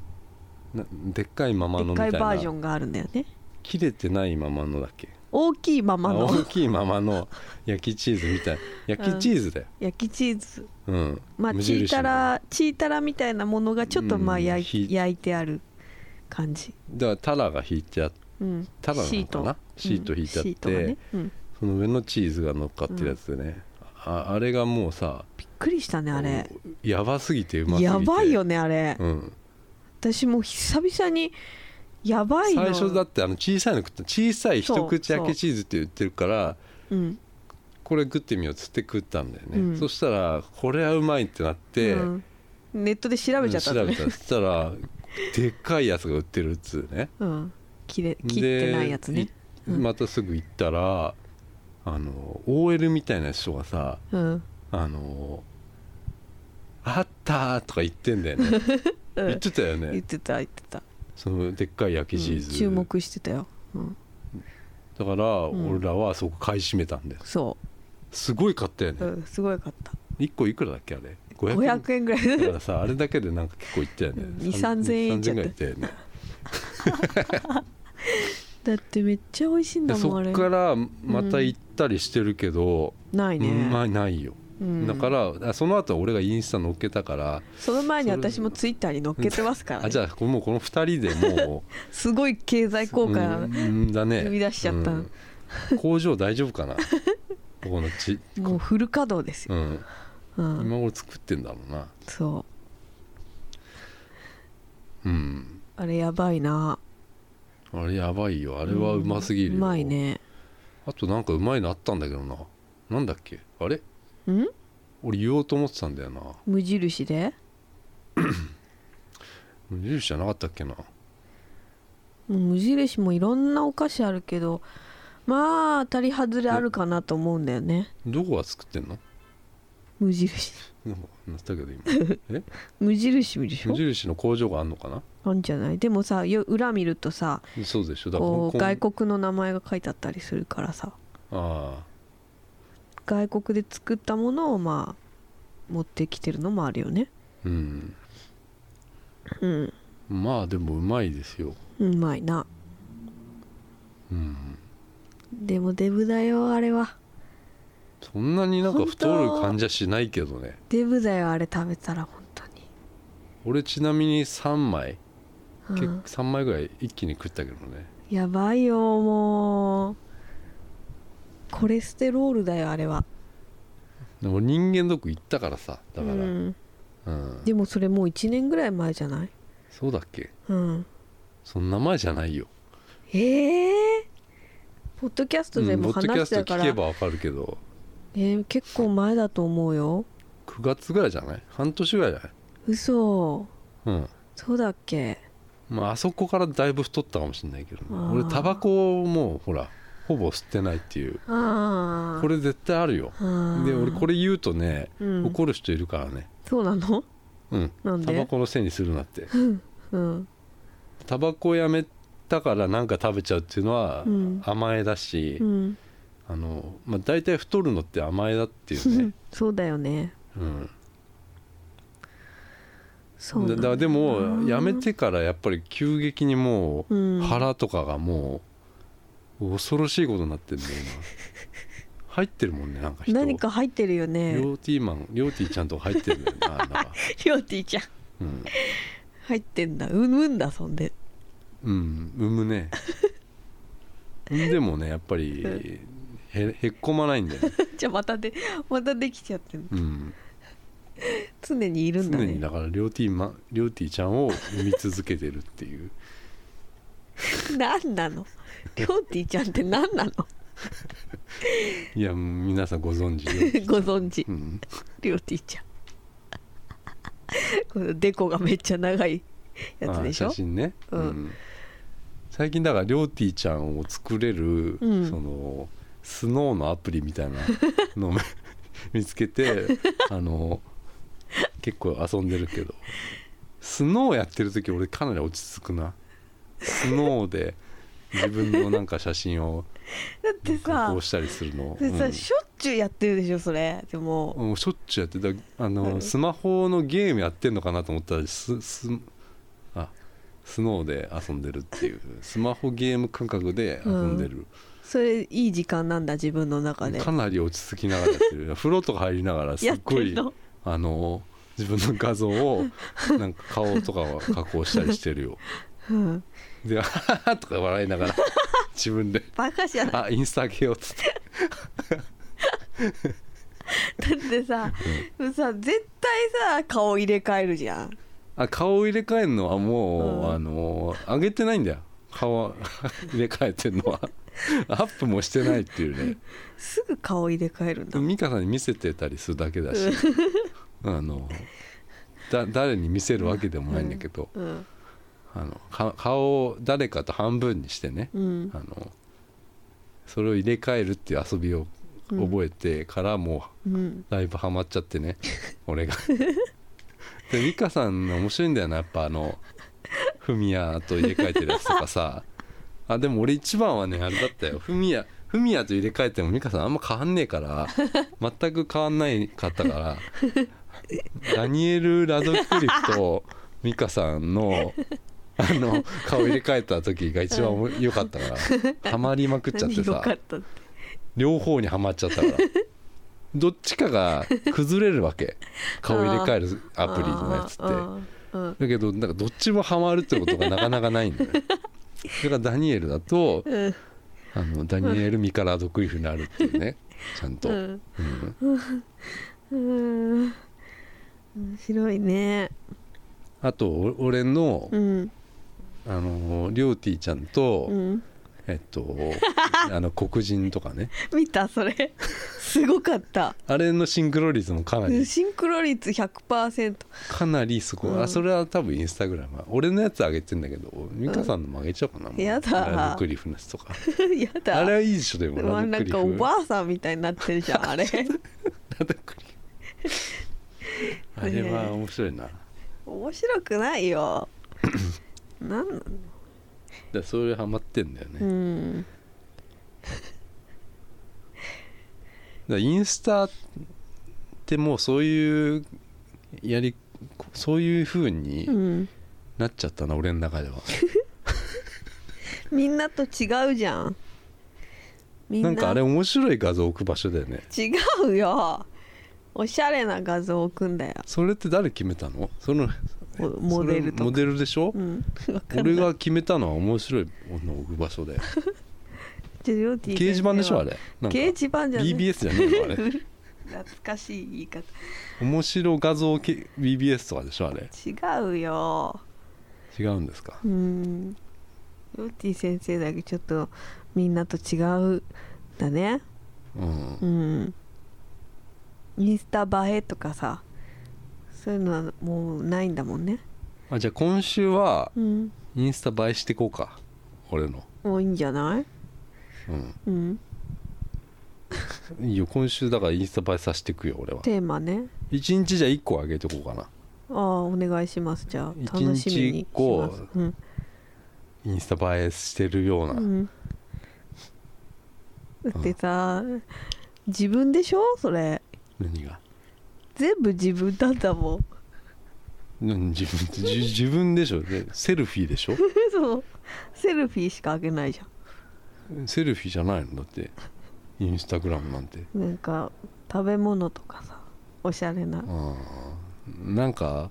A: うんなでっかいままの
B: でっ
A: み
B: か
A: た
B: い
A: い
B: バージ
A: な
B: ョンがあるんだよね
A: 切れてないままのだっけ
B: 大きいまま
A: あ
B: の
A: 大きいままの焼きチーズみ たい焼きチーズだよ、
B: 焼きチーズ
A: うん
B: まあ
A: 無
B: チ
A: 印の
B: ータラチータラみたいなものがちょっとまあ
A: うん
B: 焼い,、
A: ひ
B: 焼いてある感じ、
A: だからタラが引いてあって
B: うん、
A: タラな
B: シー
A: のか
B: ト
A: なシート引いてあっ
B: シートが
A: て、
B: ねうん、
A: その上のチーズが乗っかってるやつでね、ああれがもうさ
B: びっくりしたねあれ
A: やばすぎてうますぎて
B: やばいよねあれ、
A: うん、
B: 私もう久々にやばいの
A: 最初だってあの小さいの食った小さい一口
B: そう
A: 焼きチーズって言ってるから
B: うん
A: これ食ってみようっつって食ったんだよね、
B: うん
A: そしたらこれはうまいってなって、
B: うんネットで調べちゃったの
A: うん
B: ね
A: 調べたそしたらでっかいやつが売ってるっつうね
B: うん切れ切ってないやつね
A: で
B: うん
A: またすぐ行ったら、あの OL みたいな人がさ
B: うん、
A: あのあったーとか言ってんだよね
B: う
A: 言っ
B: ん、
A: てたよ
B: 言っ
A: ね
B: てた言ってた、
A: そのでっかい焼きチーズ、
B: うん注目してたよ、うん、
A: だから
B: ん
A: 俺らはそこ買い占めたんです
B: そ
A: すごい買ったよね、
B: う、うん、すごいかった
A: 1個いくらだっけあれ500円
B: 500円ぐらい
A: だからさあれだけでなんか結構いったよね
B: うん2-3000円いっちゃ
A: 3000
B: っ
A: ぐ
B: た
A: らいいったよね
B: だってめっちゃ美味しいん
A: で
B: だもんあ
A: そ
B: れ
A: っからまた行ったりしてるけど、
B: な
A: う
B: いね、
A: んまあないよ、
B: うん
A: だからあその後は俺がインスタ乗っけたから、
B: その前に
A: それ
B: 私もツイッターに載っけてますから、ね、
A: あじゃあもうこの2人でも う
B: すごい経済効果が、
A: うんうんだね
B: 生み出しちゃった
A: うん工場大丈夫かな ここのち、
B: もうフル稼働ですよ、
A: うん、
B: うん
A: 今頃作ってんだろうな
B: そう
A: うん
B: あれやばいな
A: あれやばいよあ
B: あ
A: れはうますぎるよ、
B: うまいね
A: あとなんかうまいのあったんだけどななんだっけあれ
B: ん
A: 俺言おうと思ってたんだよな
B: 無印で
A: 無印じゃなかったっけな
B: もう無印もいろんなお菓子あるけどまあ当たり外れあるかなと思うんだよね
A: どこが作ってんの
B: 無印
A: なんかなったけど 今え
B: 無印でし
A: 無
B: ょ
A: 印の工場があんのかな
B: あんじゃないでもさよ裏見るとさ
A: そうでしょだから
B: こ
A: 香
B: う
A: 港
B: 外国の名前が書いてあったりするからさ
A: あ
B: 外国で作ったものをまあ持ってきてるのもあるよね
A: あうん
B: うん
A: まあでもうまいですよ
B: うまいな
A: うん
B: でもデブだよあれは
A: そんなになんか
B: 本当
A: 太る感じはしないけどね
B: デブだよあれ食べたら本当に、
A: 俺ちなみに3枚、
B: うん
A: 結3枚ぐらい一気に食ったけどね
B: やばいよもうコレステロールだよあれは
A: でも人間ドック行ったからさだから、
B: う
A: うん
B: ん、でもそれもう1年ぐらい前じゃない
A: そうだっけ
B: うん
A: そんな前じゃないよ
B: ええポッドキャストで
A: うんポ
B: も
A: ッドキャ
B: 話し
A: ス
B: て
A: ト
B: たか
A: 聞
B: ら、
A: けばわかるけど
B: えー結構前だと思うよ
A: 9月ぐらいじゃない半年ぐらいじゃない
B: 嘘
A: うん
B: そうだっけ
A: まああそこからだいぶ太ったかもしれないけどね、
B: あー
A: 俺タバコをもうほらほぼ吸ってないっていう
B: ああ
A: これ絶対あるよで俺これ言うとね、
B: れ、うん、
A: 怒る人いるからね
B: そうなの
A: うん
B: なん
A: タバ
B: で
A: コのせいにするなって
B: うん
A: タバコをやめたからなんか食べちゃうっていうのは
B: うん
A: 甘えだし、
B: うん
A: あのまあ、大体太るのって甘えだっていう ね
B: そうだよね
A: うん
B: そうな
A: だ
B: ん
A: だ
B: だ
A: でもやめてからやっぱり急激にもう、
B: うん
A: 腹とかがもう恐ろしいことになってん だよ今入ってるもんねなんか人
B: 何か入ってるよ
A: リ
B: ね
A: ョーティーマンリョーティーちゃんと入ってるんだよななん か
B: りょうてぃちゃん
A: うん、
B: 入ってんだうんうんだそんで
A: うん、産むねでもねやっぱりへへっこまないんだよね、
B: じゃあまたでまたできちゃってる
A: うん、
B: 常にいるんだ
A: 常に
B: ね
A: だからリョーティーマンリョーティーちゃんを産み続けてるっていう
B: 何なのりょうてぃちゃんって何なの
A: いや皆さんご存知で、
B: ご存知
A: うん、
B: りょうてぃちゃん このデコがめっちゃ長いやつでし
A: あ
B: ょ
A: 写真ね、
B: うん
A: 最近だからりょうてぃちゃんを作れる、
B: うん
A: そのスノーのアプリみたいなのを 見つけてあの結構遊んでるけどスノーやってる時俺かなり落ち着くなスノーで自分のなんか写真を
B: だって
A: 加
B: さ
A: 工したりするの
B: でさ、
A: うん
B: しょっちゅうやってるでしょそれでも、
A: うんしょっちゅうやってたあの、
B: うん
A: スマホのゲームやってんのかなと思ったらススあスノーで遊んでるっていうスマホゲーム感覚で遊んでる、
B: それいい時間なんだ自分の中で
A: かなり落ち着きながらやって る風呂とか入りながらす
B: やっ
A: ってご
B: る
A: い
B: の
A: あの自分の画像をなんか顔とかは加工したりしてるよ
B: うん
A: で「あはは」とか笑いながら自分で
B: バカじゃ
A: 「
B: ない
A: あインスタ上げよう」っつって
B: だってさ,、さ絶対さ顔入れ替えるじゃん
A: あ顔を入れ替えるのはもう、
B: うん
A: あの上げてないんだよ顔 は入れ替えてる のはアップもしてないっていうね
B: すぐ顔入れ替えるんだ
A: 美香さんに見せてたりするだけだし あのだ誰に見せるわけでもないんだけど、
B: うん
A: あのか顔を誰かと半分にしてね、
B: うん
A: あのそれを入れ替えるっていう遊びを覚えてからも
B: うん
A: うだいぶハマっちゃってね、俺が。で美香さんの面白いんだよなやっぱあのフミヤと入れ替えてるやつとかさあでも俺一番はねあれだったよフミヤフミヤと入れ替えても美香さんあんま変わんねえから全く変わんないかったからダニエル・ラドクリフと美香さんのあの顔入れ替えた時が一番おも良かったからハマりまくっちゃって
B: 何よ
A: さ
B: かったって
A: 両方にはまっちゃった からどっちかが崩れるわけ顔入れ替えるアプリのやつって
B: あーあー
A: だけどなんかどっちもハマるってことがなかなかないん だよねそれがダニエルだと
B: うんうん
A: あのダニエル・ミカラ・ドクリフになるっていうねちゃんと、
B: う
A: うん
B: んうん面白いね
A: あとお俺の、
B: うん
A: あのリョーティちゃんと、
B: うん
A: えっとあの黒人とかね
B: 見たそれすごかった
A: あれのシンクロ率もかなり
B: シンクロ率100%
A: かなりそこ、
B: うん
A: あそれは多分インスタグラムは俺のやつ上げてんだけど美香さんのも上げちゃおうかな、もう
B: やだ
A: ラドクリフのやつとか
B: やだ
A: あれはいいでしょでも
B: う
A: ラ
B: わ
A: ド
B: な
A: ク
B: ん
A: リ
B: かお
A: フ
B: ばあさんみたいになってるじ ゃんあれ
A: ラドクリフ あれは面白いな、
B: 面白くない よなん
A: だ
B: なの
A: からそれハマってんだよね、
B: う
A: だか
B: ん
A: らインスタってもうそういうやりそういう風
B: う
A: に
B: ん
A: なっちゃったな、俺の中では
B: みんなと違うじゃんみん
A: な
B: なん
A: かあれ面白い画像置く場所だよね
B: 違うよおしゃれな画像を置くんだよ
A: それって誰決めたのその
B: モモデル
A: そ
B: とか
A: れモデルでしょ、
B: うんわかんな い
A: 俺が決めたのは面白いのを置く場 所で
B: ジェリオティ
A: 掲示板でしょあれなんか
B: 掲示板じゃない
A: BBS じゃねえのあれ
B: 懐かしい言い方
A: 面白画像け BBS とかでしょあれ
B: 違うよ
A: 違うんですか
B: うんヨッティ先生だけちょっとみんなと違うんだね
A: うん
B: うんインスタ映えとかさそういうのはもうないんだもんね
A: あじゃあ今週は
B: うん
A: インスタ映えしていこうか俺の
B: もういいんじゃない
A: うん
B: うん
A: いいよ今週だからインスタ映えさせていくよ俺は
B: テーマね
A: 一日じゃあ1個あげていこうかな
B: ああお願いしますじゃあ
A: 一日
B: 楽しみにします
A: こ
B: うん
A: インスタ映えしてるような、
B: うんだってさ自分でしょそれ
A: 何が
B: 全部自分なんだもん
A: 何自分ってじ自分でしょでセルフィーでしょ
B: そうセルフィーしかあげないじゃん
A: セルフィーじゃないのだってインスタグラムなんて
B: なんか食べ物とかさおしゃれな
A: あーなんか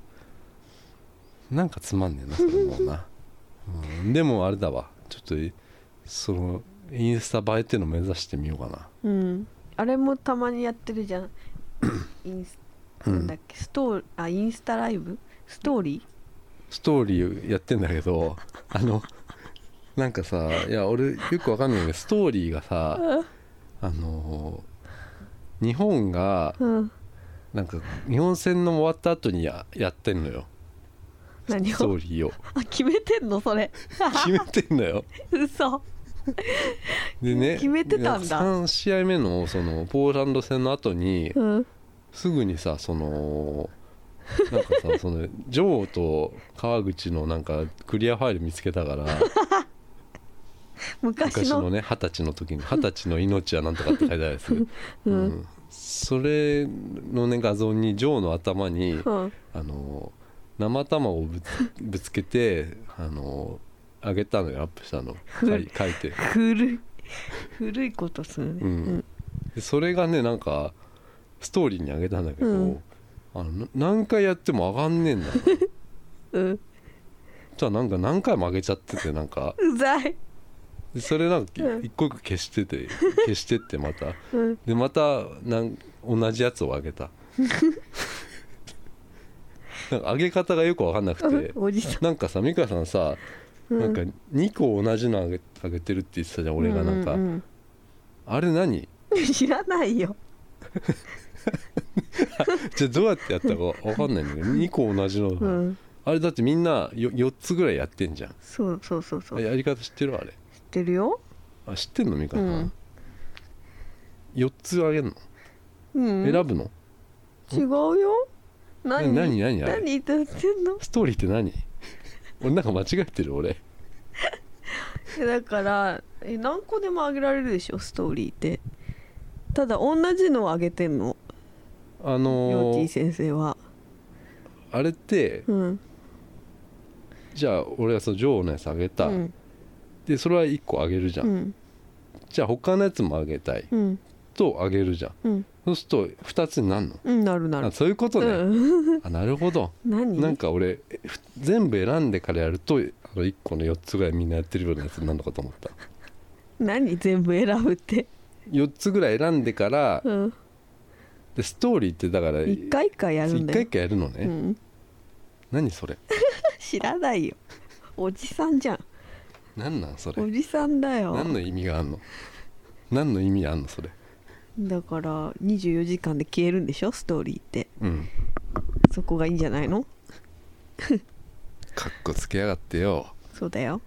A: なんかつまんねえなそれもうな、うん、でもあれだわちょっといそのインスタ映えっていうの目指してみようかな
B: うんあれもたまにやって るじゃんインス
A: うん
B: なんだっけストーあインスタライブストーリ
A: ストーリーやってんだけどあのなんかさいや俺よくわかんないんだけどストーリーがさあの日本が
B: ーうん
A: なんか日本戦の終わった後にややってんのよ
B: 何
A: ストー
B: を
A: リーを
B: あ決めてんのそれ
A: 決めてんのよ
B: 嘘
A: でね
B: 決めてたんだ
A: 3試合目のそのポーランド戦の後に
B: うん
A: すぐにさそのなんかさそのジョーと川口のなんかクリアファイル見つけたから
B: 昔
A: 昔
B: の
A: のね二十歳の時に二十歳の命はなんとかって書いてあるやつ、
B: うん
A: それのね画像にジョーの頭に
B: うん
A: あの生卵をぶつぶつけてあの上げたのよアップしたの書い書いて、
B: 古い古いことするね、
A: うんでそれがねなんかストーリーに上げたんだけど、
B: うん
A: あのな何回やっても上がんねえんだ な
B: うん
A: じゃあなんか何回も上げちゃっててなんか
B: うざい、
A: でそれなんか
B: うん
A: 一個一個消して て消してってまた
B: うん、
A: でまたなん同じやつを上げ たなんか上げ方がよく分かんなくて
B: おじさ
A: なんかさ美香さんさ、
B: ん
A: なんか2個同じの上げ上げてるって言ってたじゃん俺がなんか、
B: うう
A: あれ何
B: うん知らないよ
A: じゃあどうやってやったか分かんないんだけど2個同じの、
B: うん
A: あれだってみんなよ4つぐらいやってんじゃん
B: そうそうそうそう
A: あ
B: 知っ
A: やり方知ってるあれ
B: てるよ
A: あ知ってんの美香さん、
B: うん
A: 4つ上げんの、
B: うん
A: 選ぶの
B: 違うよ何
A: 何何あれ
B: 何言ってんの
A: ストーリーって何 俺なんか間違えてる俺
B: えだからえ何個でもあげられるでしょストーリーってただ同じのをあげてんの
A: あ
B: ヨ
A: の
B: ーティ
A: ー
B: 先生は
A: あれって
B: うん
A: じゃあ俺はその女王のやつあげた、
B: うん
A: でそれは1個あげるじゃ、
B: うんん
A: じゃあ他のやつもあげたい
B: うん
A: とあげるじゃん
B: うん
A: そうすると2つになるの
B: うんなるなる
A: あそういうことね、
B: うん
A: あなるほど
B: 何
A: なんか俺えふ全部選んでからやるとあの1個の4つぐらいみんなやってるようなやつになるのかと思った
B: 何全部選ぶって
A: 4つぐらい選んでから、
B: うん
A: でストーリーってだから
B: 一回一回やるん
A: 一
B: だ
A: 回一
B: よ
A: 回やるのね、
B: うん
A: 何それ
B: 知らないよおじさんじゃん
A: 何なんそれ
B: おじさんだよ
A: 何の意味があんの何の意味あんのそれ
B: だから24時間で消えるんでしょストーリーって
A: うん
B: そこがいいんじゃないの
A: かっこつけやがってよ
B: そうだよ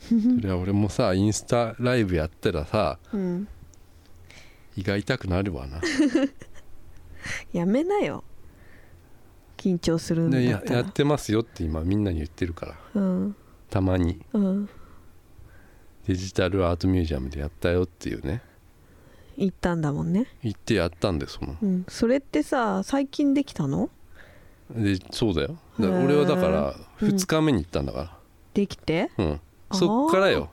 A: それは俺もさインスタライブやったらさ
B: うん
A: 胃が痛くなるわな
B: やめなよ緊張するんだ
A: で
B: っ
A: や
B: た
A: や
B: ら
A: ってますよって今みんなに言ってるから
B: うん
A: たまに
B: うん
A: デジタルアートミュージアムでやったよっていうね
B: 行ったんだもんね
A: 行ってやったんでその
B: うんそれってさ最近できたの
A: でそうだよだ
B: へー
A: 俺はだから
B: うん
A: 2日目に行ったんだか
B: できて
A: らうん、
B: あー
A: そっからよ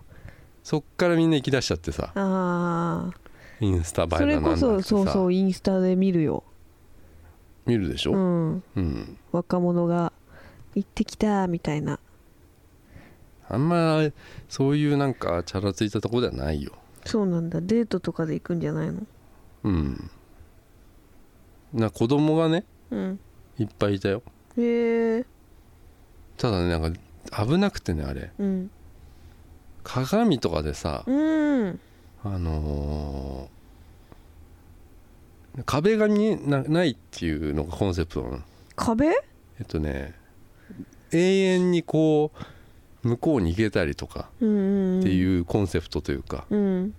A: そっからみんな行き出しちゃってさ
B: ああ
A: インスタ映えだ
B: それ
A: なんだ
B: こ
A: ってさ
B: そそうそうインスタで見るよ
A: 見るでしょ、
B: う
A: うん
B: ん若者が行ってきたみたいな
A: あんまそういうなんかチャラついたとこではないよ
B: そうなんだデートとかで行くんじゃないの
A: うんな子供がね
B: うん
A: いっぱいいたよ
B: へえ
A: ただねなんか危なくてねあれ
B: うん
A: 鏡とかでさ
B: うん
A: あのー壁が見えなないっていうのがコンセプトなの
B: 壁
A: えっとね永遠にこう向こうに行けたりとか
B: うん
A: って
B: う
A: いうコンセプトというか、
B: うん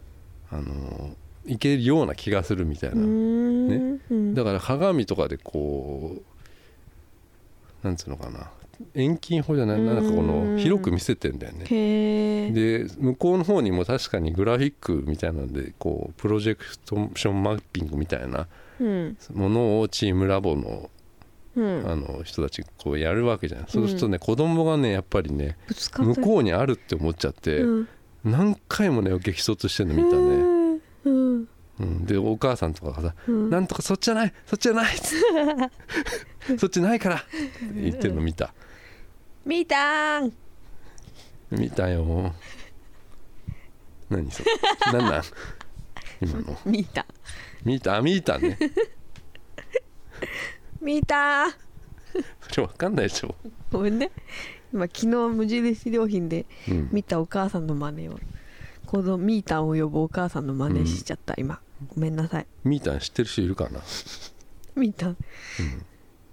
A: あの行けるような気がするみたいうな、
B: ん
A: ね
B: うん
A: だから鏡とかでこうなんつうのかな遠近法じゃないなんかこ
B: うん
A: の広く見せてんだよね
B: へえ
A: で向こうの方にも確かにグラフィックみたいなのでこうプロジェクションマッピングみたいな
B: うん
A: ものをチームラボの
B: うん
A: あの人たちこうやるわけじゃん、そうするとね子供がねやっぱりね
B: ぶつかった
A: 向こうにあるって思っちゃって、
B: うん
A: 何回もね激突してるの見たね、
B: うん
A: うん、でお母さんとかがさ
B: う
A: 「
B: ん
A: なんとかそっちじゃないそっちじゃない」っつっ てそっちないから」って言ってるの見た
B: 見たーん
A: 見たよ何それ何なん今の
B: 見た
A: 見たあ見たね
B: 見たー
A: それ分かんないでしょ、
B: ごめんね今昨日無印良品で
A: うん、
B: 見たお母さんの真似をこのミータンを呼ぶお母さんの真似しちゃった、今ごめんなさい
A: 見た知ってる人いるかな
B: ミータン、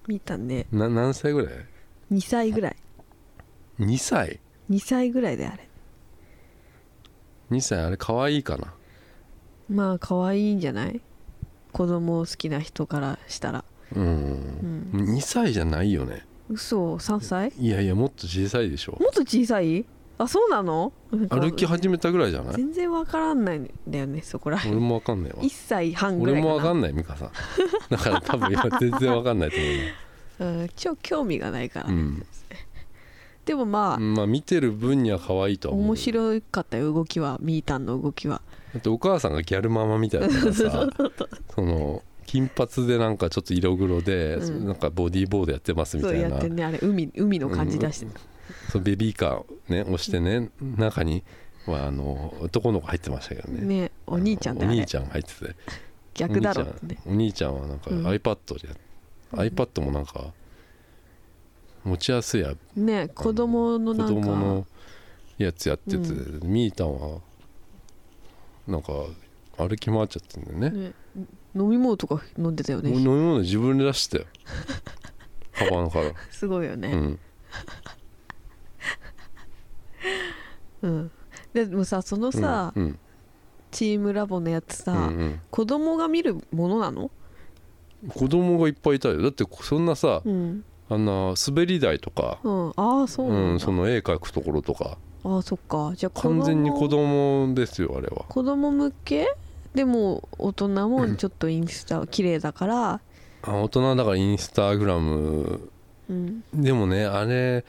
B: ミータンね
A: な何歳ぐらい
B: 2歳ぐらい
A: 2歳
B: 2歳ぐらいであれ
A: 2歳あれ可愛いかな
B: まあ可愛いんじゃない子供を好きな人からしたら
A: うん、2歳じゃないよね
B: 嘘3歳
A: いやいやもっと小さいでしょ
B: もっと小さいあそうなの
A: 歩き始めたぐらいじゃない
B: 全然わからないんだよねそこら
A: 俺
B: 辺
A: もわかんないわ
B: 1歳半ぐらい
A: 俺
B: かな
A: もわかんない美香さ んだから多分今全然わかんないと思う
B: うん超興味がないから、
A: うん
B: でもまあ、
A: なまあ見てる分には可愛いとは思う
B: 面白かったよ動きはみーたんの動きは
A: だってお母さんがギャルママみたいだからさその金髪でなんかちょっと色黒で、
B: うん
A: なんかボディーボードやってますみ
B: そ
A: た
B: う
A: い
B: や
A: な
B: ってねあれ海海の感じ出して、
A: そうベビーカーをね押してね中にはあの男の子入ってましたけどね
B: ねお兄ちゃんだ
A: あの
B: よあ
A: お
B: れ
A: 兄ちゃん入ってて
B: 逆だろってね
A: お兄ちゃんお兄ちゃんはなんか
B: うん
A: iPad でやっ、iPad もなんか持ちやすいや
B: ね子供のなんか
A: 子供のやつやってて、
B: う
A: みーたんはなんか歩き回っちゃってんだよね
B: ね飲み物とか飲んでたよ
A: もう飲み
B: ね
A: 物自分で出してたよカ バンから、
B: すごいよ
A: う
B: ね
A: ん、
B: うん、でもさそのさ、
A: うんうん
B: チームラボのやつさ、
A: うん
B: 子供が見るものなの、
A: うん、子供がいっぱいいたよだってそんなさ
B: うん
A: あんな滑り台とか、
B: うん、ああそう
A: う
B: なん
A: ん、
B: だ、
A: その絵描くところとか
B: ああそっかじゃあ
A: 完全に子供ですよあれは
B: 子供向けでも大人もちょっとインスタ綺麗だから、
A: あ大人だからインスタグラム
B: うん、
A: でもねあれ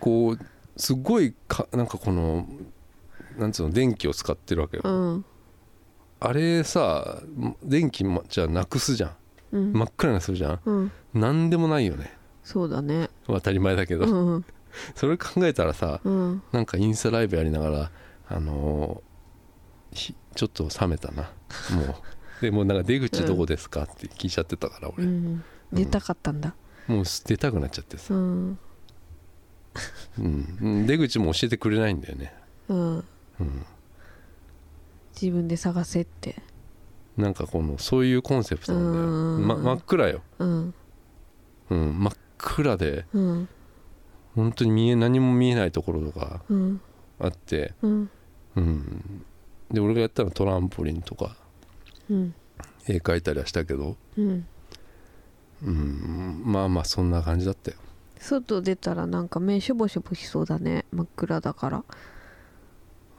A: こうすごいかなんかこのなんつうの電気を使ってるわけよ、
B: うん
A: あれさ電気まじゃあなくすじゃん
B: うん、
A: 真っ暗にするじゃん
B: うん、
A: なんでもないよね
B: そうだね
A: 当たり前だけど、
B: うん
A: それ考えたらさ
B: うん
A: なんかインスタライブやりながらあのーひちょっと冷めたなもうでもうなんか出口どこですかって聞いちゃってたから
B: う
A: 俺、
B: ん出たかったんだ
A: もう出たくなっちゃってさ
B: う、ん
A: うんうん、出口も教えてくれないんだよね
B: うん
A: うん
B: 自分で探せって
A: なんかこのそういうコンセプトなんだよ、
B: うん
A: ま、真っ暗よ、
B: うん
A: うん、真っ暗で
B: うん
A: 本当に見え何も見えないところとか
B: うん
A: あって、
B: うん
A: うん、で俺がやったのはトランポリンとか
B: うん
A: 絵描いたりはしたけど、
B: うん
A: うん、まあまあそんな感じだったよ
B: 外出たらなんか目しょぼしょぼしそうだね真っ暗だから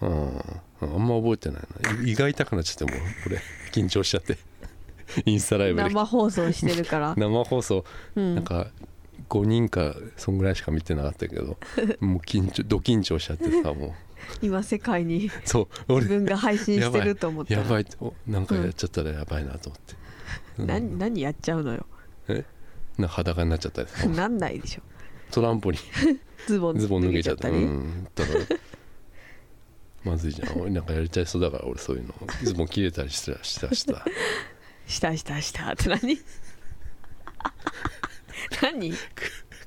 A: うん、あんま覚えてないな胃胃が痛くなっちゃってもうこれ緊張しちゃって インスタライブで
B: 生放送してる から
A: 生放送
B: う
A: なん
B: ん
A: か5人かそんぐらいしか見てなかったけどもう緊張ド緊張しちゃってさも
B: 今世界に
A: うそう
B: 自
A: 俺
B: 分が配信してると思った
A: や
B: ら
A: ばいおなんかやっちゃったらやばいなと思って、うん
B: 何何やっちゃうのよ
A: なんか裸になっちゃったりさ
B: なんないでしょ
A: トランポリン
B: ズボン
A: ズボン脱げちゃっ
B: った
A: た
B: り、
A: うんだからまずいじゃん俺なんかやりたい人だから俺そういうのズボン切れたりしてたしてたしてた
B: したしたしたって何 何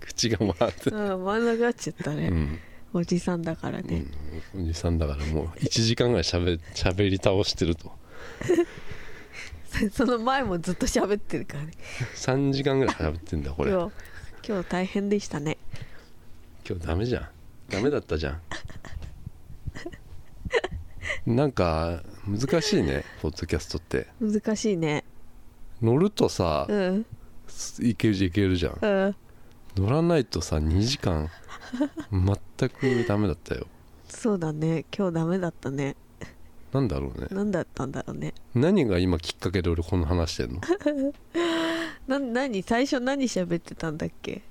A: 口が回って
B: うん真ん中っちゃったね、
A: うん
B: おじさんだからね、
A: うんおじさんだからもう1時間ぐらいしゃべしゃべり倒してると
B: その前もずっと喋ってるからね
A: 3時間ぐらいしゃべってんだこれ
B: 今日今日大変でしたね
A: 今日ダメじゃんダメだったじゃんなんか難しいねポッドキャストって
B: 難しいね
A: 乗るとさ
B: うん
A: いけるじゃんいけるじゃん
B: うん
A: 乗らないとさ2時間全くダメだったよ
B: そうだね今日ダメだったね
A: なんだろうね
B: 何だったんだろうね
A: 何が今きっかけで俺この話して んの
B: な何最初何喋ってたんだっけ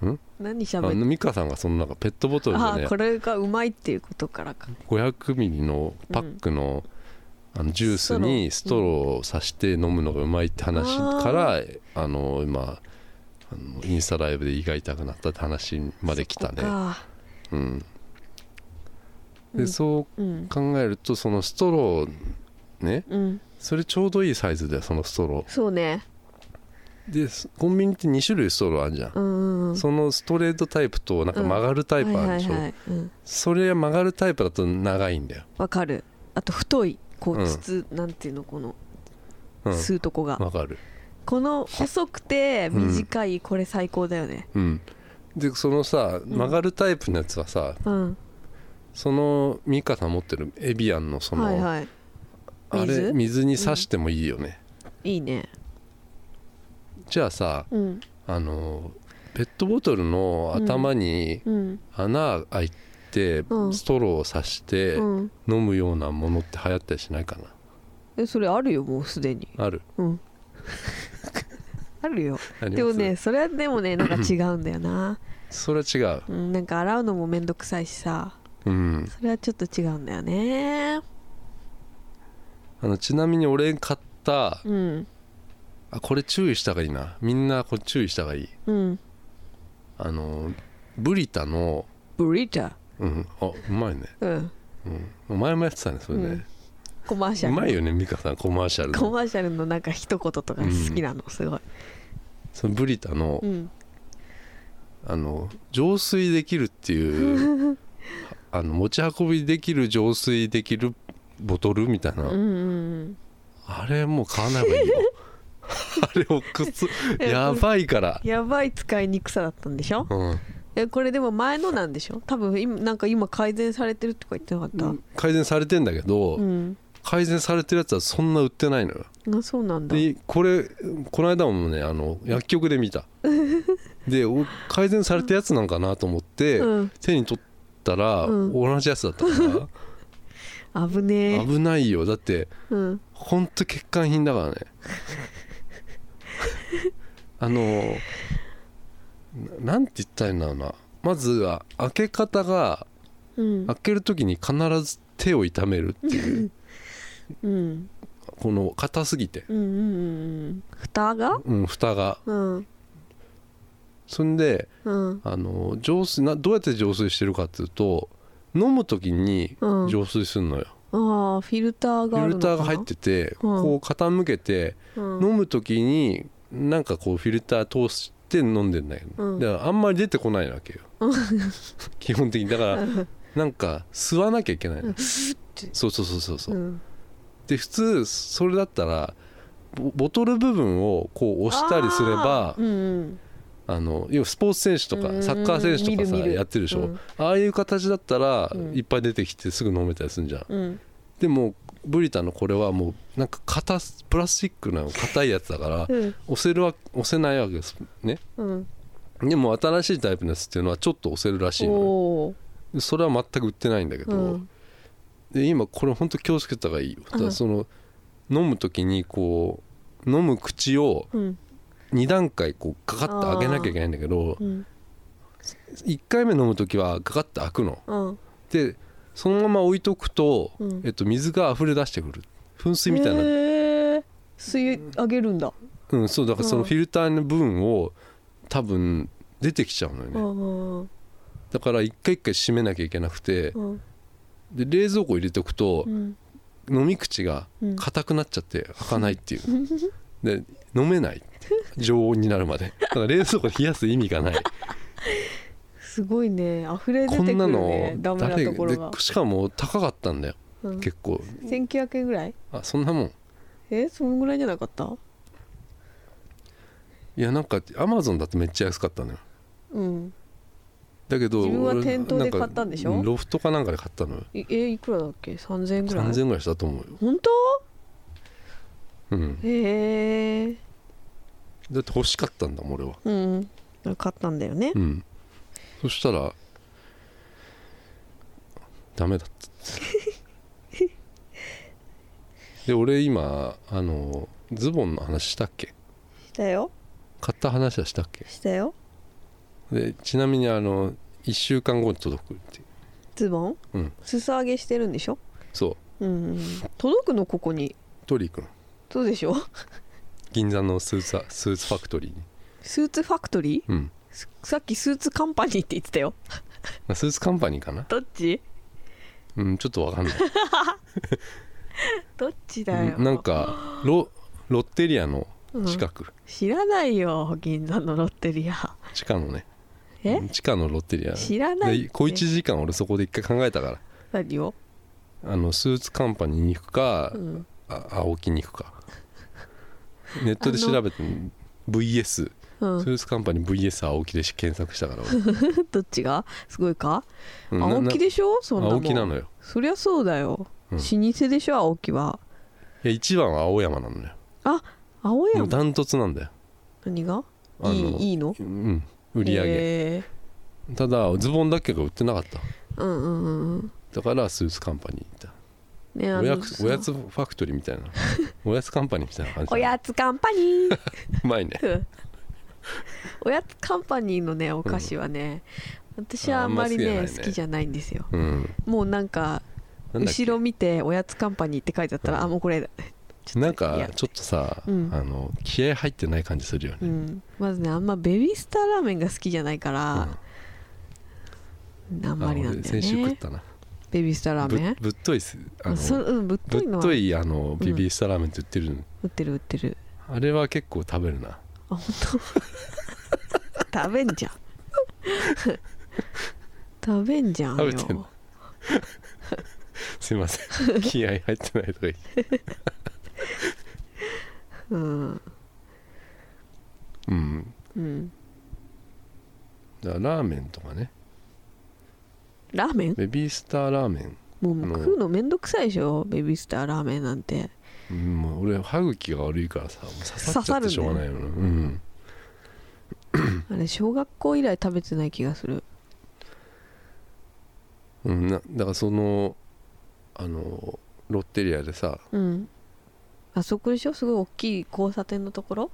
A: んあ
B: 何喋っ
A: 美香さんがそのなんかペットボト
B: て
A: ル
B: あ
A: でね
B: あこれがうまいっていうことからか
A: 500ミリのパックの,、あのジュースにス
B: ス
A: トロ
B: トロ
A: ーをさして飲むのがうまいって話から、あの今あのインスタライブで胃が痛くなったって話まで来た
B: そこ
A: ね。
B: か
A: うん、
B: う
A: で
B: ん
A: そう
B: うん
A: 考えるとそのストローね
B: うん
A: それちょうどいいサイズだよそのストロ
B: そうね
A: ーでコンビニって2種類ストローあるじゃん
B: う、んうん
A: そのストレートタイプとなんか曲がるタイプあるでしょ、
B: はいはいはいうん
A: それ曲がるタイプだと長いんだよ、
B: わかるあと太いこ
A: うん
B: う筒、なんていうのこの
A: うん、
B: 吸うとこが、
A: 曲がる
B: この細くて短い、これ最高だよね
A: うん、でそのさ曲がるタイプのやつはさ、
B: うん
A: そのミカさん持ってるエビアンのその、
B: はいはい
A: あれ
B: 水
A: 水に刺してもいいよね、
B: いいね
A: じゃあさ
B: うん
A: あのペットボトルの頭に
B: うん
A: 穴開いて、
B: うん
A: ストローを刺して
B: うん
A: 飲むようなものって流行ったりしないかな
B: えそれあるよもうすでに
A: ある
B: うんあるよ
A: あります
B: でもねそれはでもねなんか違うんだよな、
A: それは違う
B: うん、なんか洗うのもめんどくさいしさ
A: うん
B: それはちょっと違うんだよね
A: あのちなみに俺買った
B: うん
A: あこれ注意した方がいいなみんなこれ注意した方がいい
B: うん
A: あのブリタの
B: ブリータ
A: うんあうまいね、
B: うん
A: うん、前もやってたねそれね、
B: コマーシ
A: う
B: ャル
A: まいよね美香さんコマーシャル
B: コ
A: の
B: マーシャルのなんか一言とか好きなの、すごい
A: そのブリタの,、
B: うん
A: あの浄水できるっていう あの持ち運びできる浄水できるボトルみたいな、
B: うんうん
A: あれもう買わない方 がいいよあれをくつ
B: え
A: やばいから
B: やばい使いにくさだったんでしょ
A: うん
B: えこれでも前のなんでしょ多分今なんか今改善されてるとか言ってなかった
A: 改善されてんだけど、
B: うん、
A: 改善されてるやつはそんな売ってないのよ
B: あそうなんだ
A: でこれこの間もねあの薬局で見 たでお改善されたやつなんかなと思って、
B: うん
A: 手に取ったら、
B: うん
A: 同じやつだったか
B: 危ね
A: ら
B: え
A: 危ないよだって
B: うん
A: ほんと欠陥品だ からねあのななんて言ったらいいんだろうなまずは開け方が
B: うん
A: 開ける時に必ず手を痛めるっていう
B: うん
A: この硬すぎて、
B: うんうんうん蓋が
A: うん、蓋が
B: うん
A: そんで
B: うん
A: あの浄水などうやって浄水してるかっていうと飲む時に
B: うん
A: 浄水するのよ、
B: ああフィルター
A: フ
B: があ
A: ィ
B: る
A: ル
B: の
A: タ
B: かな
A: ーが入ってて、
B: うん
A: こう傾けて、
B: うん
A: 飲む時になんかこうフィルター通して飲んでんだけど、
B: うん
A: だからあんまり出てこないわけよ基本的にだからなんか吸わなきゃいけないの、
B: うんふって
A: そうそうそうそうそう、
B: うん
A: で普通それだったらボボトル部分をこう押したりすれば
B: あーうんうん
A: あの要はスポーツ選手と
B: うん
A: かサッカー選手とかさ
B: 見る見る
A: やってるでしょ、
B: うん
A: ああいう形だったら
B: うん
A: いっぱい出てきてすぐ飲めたりするんじゃん、
B: うん
A: でもブリタのこれはもうなんか硬すプラスチックの硬いやつだから
B: うん
A: 押せるわ押せないわけですね
B: うん
A: でも新しいタイプのやつっていうのはちょっと押せるらしいの
B: おー
A: でそれは全く売ってないんだけど、
B: うん
A: で今これ本当気をつけた方がいいよだからその飲む時にこう飲む口を
B: うん
A: 2段階こうガガッと上げなきゃいけないんだけど
B: うん
A: 1回目飲む時はガガッと開くの
B: うん
A: でそのまま置いとくと、
B: うん
A: えっと、水が溢れ出してくる噴水みたいな、
B: へー吸い上げるんだ
A: うん、そうだからそのフィルターの部分を多分出てきちゃうのよ
B: う
A: ね
B: んうん
A: だから一回一回閉めなきゃいけなくて
B: うん
A: で冷蔵庫入れておくと
B: うん
A: 飲み口が
B: うん
A: 硬くなっちゃって開かないっていうで飲めない常温になる までだから冷蔵庫で冷やす意味がない
B: すごいね溢れ出
A: こ
B: て
A: ん
B: く
A: な
B: る
A: の
B: ねダメな
A: 誰
B: ところが
A: でしかも高かったんだよ
B: うん
A: 結構
B: 1900円ぐらい
A: あそんなもん
B: えそんぐらいじゃなかった
A: いやなんかアマゾンだとめっちゃ安かったのよ
B: うん
A: だけど
B: 自分は
A: 俺
B: 店頭で
A: なんか
B: 買ったんでしょ
A: うロフトかなんかで買ったのよ
B: いえいくらだっけ3000円ぐらい
A: 3000円ぐらいしたと思うよ、
B: 本当
A: うん、
B: へえ
A: だって欲しかったんだもん俺は
B: うん買ったんだよね
A: うんそしたらダメだった で俺今あのズボンの話したっけ
B: したよ
A: 買った話はしたっけ
B: したよ
A: でちなみにあの1週間後に届くっていう
B: ズボン
A: うん
B: すす上げしてるんでしょ
A: そう
B: うんうん届くのここに
A: 取り行くの
B: そうでしょ
A: 銀座のスーツスーツファクトリーに
B: スーツファクトリー
A: うん
B: すさっきスーツカンパニーって言ってたよ
A: まあスーツカンパニーかな
B: どっち
A: うんちょっとわかんない
B: どっちだよ
A: なんかロロッテリアの近く、
B: 知らないよ銀座のロッテリア
A: 地下のね
B: え
A: 地下のロッテリア
B: 知らないって
A: で小一時間俺そこで一回考えたか
B: 何を
A: らあのスーツカンパニーに行くか、
B: うん
A: あ青木に行くかネットで調べて VS ス
B: うん
A: ーツカンパニー VS 青木で検索したから 俺
B: どっちがすごいか、
A: うんな
B: 青木でしょそんなもん
A: 青木なのよ
B: そりゃそうだよ、
A: うん
B: 老舗でしょ青木はい
A: や一番は青山なのよ
B: あ青
A: もう
B: 山
A: ダントツなんだよ
B: 何が
A: あの
B: いいいいの
A: うん売り上げ
B: へ
A: ただズボンだけが売ってなかった
B: ーうんうんうんうん
A: だからスーツカンパニーに行っ
B: ね
A: た
B: あ
A: お
B: の
A: やつ
B: さ
A: おやつファクトリーみたいなおやつカンパニーみたいな感じ
B: おやつカンパニー
A: うまいね
B: うんおやつカンパニーのねお菓子はね、私はあんまり
A: あん
B: ね
A: ま好きじゃないね
B: 好きじゃないんですよ
A: うん
B: もうなんか
A: なんだっけ
B: 後ろ見て「おやつカンパニー」って書いてあったら、
A: うん
B: あもうこれだちょっと
A: なん
B: い
A: か
B: や
A: ちょっとさ、
B: うん
A: あの気合入ってない感じするよね、
B: うん、まずねあんまベビースターラーメンが好きじゃないから、あんまりなんだ
A: 俺
B: よ
A: 先週食っ
B: ね
A: たな
B: ベビースターラー
A: ぶ
B: メン
A: ぶっといすあ
B: あそ
A: の
B: うんぶっ
A: ぶ
B: といの
A: っ
B: は
A: と
B: 売
A: いあのビビースタラーメンって売ってるの、
B: ってる売ってる
A: あれは結構食べるな
B: あ本当食べんじゃん食べんじゃんよ
A: 食べてんのすいま せん気合入ってないとか言って
B: うん
A: うん
B: うん
A: だからラーメンとかね
B: ラーメン
A: ベビースターラーメン
B: もう
A: あの
B: 食うのめんどくさいでしょベビースターラーメンなんて
A: うんもう俺歯茎が悪いからさもう刺さっちゃってしょうがないよな、うん
B: あれ小学校以来食べてない気がする
A: うん、なだからそのあのロッテリアでさ
B: うんあそこでしょすごい大きい交差点のところ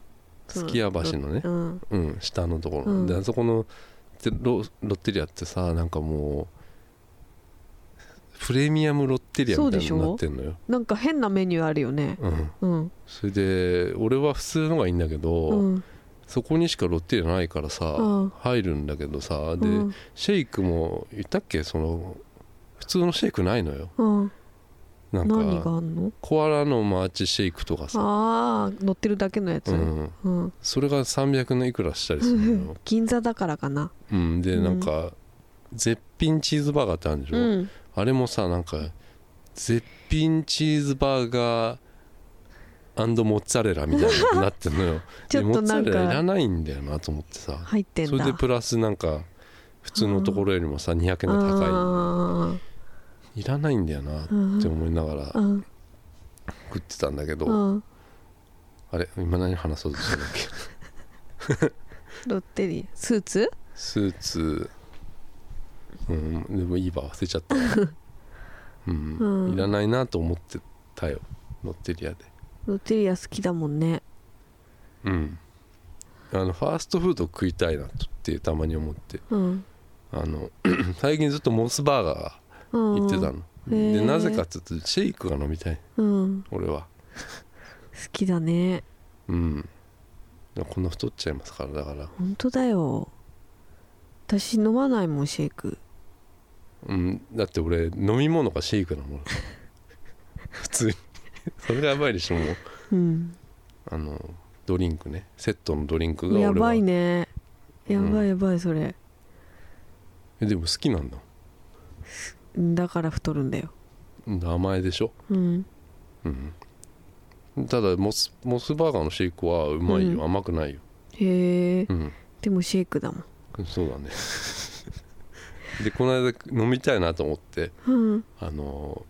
A: すき家橋のね、
B: うん
A: うん、下のところ、
B: うん
A: であそこのてロロッテリアってさなんかもうプレミアムロッテリアみたいになってんのよ、
B: なんか変なメニューあるよね
A: うん、
B: うん
A: それで俺は普通のがいいんだけど、
B: うん
A: そこにしかロッテリアないからさ、
B: うん
A: 入るんだけどさ
B: う
A: で、
B: ん
A: シェイクも言ったっけその普通のシェイクないのよ
B: うん
A: なん
B: 何が
A: か
B: あんの
A: コアラのマーチシェイクとかさ、
B: ああ乗ってるだけのやつ
A: うん、
B: うん
A: それが300のいくらしたりするのよ、
B: 銀座だからかな
A: うん、で
B: うん
A: なんか絶品チーズバーガーってあるんでしょ、
B: うん
A: あれもさなんか絶品チーズバーガーモッツァレラみたいなのになってんのよ
B: ちょっとなん
A: でモッツ
B: か
A: ァレラいらないんだよなと思ってさ
B: 入って
A: そ
B: ん
A: れで
B: だ
A: プラスなんか普通のところよりもさ200円が高
B: あ
A: いいらないんだよなっ
B: ーうん
A: て思いながら
B: うん
A: 食ってたんだけ
B: う
A: ど
B: ん
A: あれ今何話そうとしたんだっけ
B: ロッテリアスーツ
A: スーツうんでもいいわ忘れちゃ ったわうん、
B: うん
A: いらないなと思ってたよロッテリアで
B: ロッテリア好きだもんね
A: うんあのファーストフード食いたいなってたまに思って
B: うん
A: あの 最近ずっとモスバーガー行ってたの、
B: へ
A: で
B: ー
A: なぜかっつうとシェイクが飲みたい
B: うん好
A: 俺は
B: きだね
A: うんこんな太っちゃいますからだから
B: 本当だよ私飲まないもんシェイク
A: うんだって俺飲み物がシェイク なもの普通にそれがやばいでしょもう
B: うん
A: あのドリンクねセットのドリンクが俺は
B: やばいねやば
A: うん
B: いやばいそれ
A: えでも好きなんだ
B: だから太るんだよ
A: 甘えでしょ
B: うん
A: うんただモスモスバーガーのシェイクはうまいよ、
B: うん
A: 甘くないよ
B: へえ
A: うん
B: でもシェイクだもん
A: そうだね でこの間飲みたいなと思って
B: うん
A: あの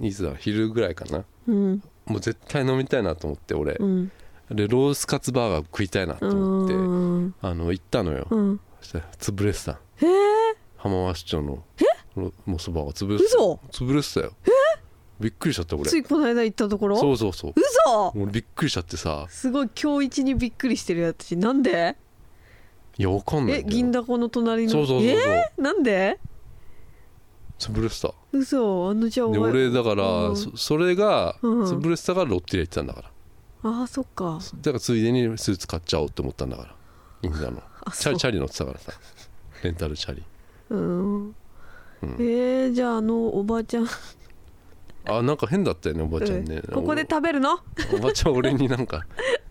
A: いつだ昼ぐらいかな
B: うん
A: もう絶対飲みたいなと思って俺、
B: うん
A: でロースカツバーガー食いたいなと
B: う
A: 思って、
B: ん
A: あの行ったのよ、
B: うん
A: そしたら潰れてた
B: へえ
A: 浜松町のロモスバーガー潰れてた
B: 嘘
A: 潰れてたよびっくりしちゃった俺
B: ついこの間行ったところ
A: そううそうそう
B: 嘘
A: 俺びっくりしちゃってさ
B: すごい今日一にびっくりしてるやつなんで
A: いやわかんない
B: え
A: んだよ
B: 銀だこの隣の
A: そうそうそうそう
B: えなんで
A: 潰れてた
B: 嘘あのじゃあお
A: で
B: 前
A: 俺だか
B: う
A: ら
B: ん
A: そそれが
B: うん
A: 潰れてたからロッテリア行ってたんだから
B: ああそっか
A: だからついでにスーツ買っちゃおうって思ったんだから銀座の
B: あ
A: チ
B: そ
A: ャ
B: う
A: リチャリ乗ってたからさレンタルチャリ
B: うん
A: うん
B: えー、じゃああのおばあちゃん
A: あなんか変だったよねおばちゃんね、
B: うんここで食べるの
A: おおばちゃん俺になんか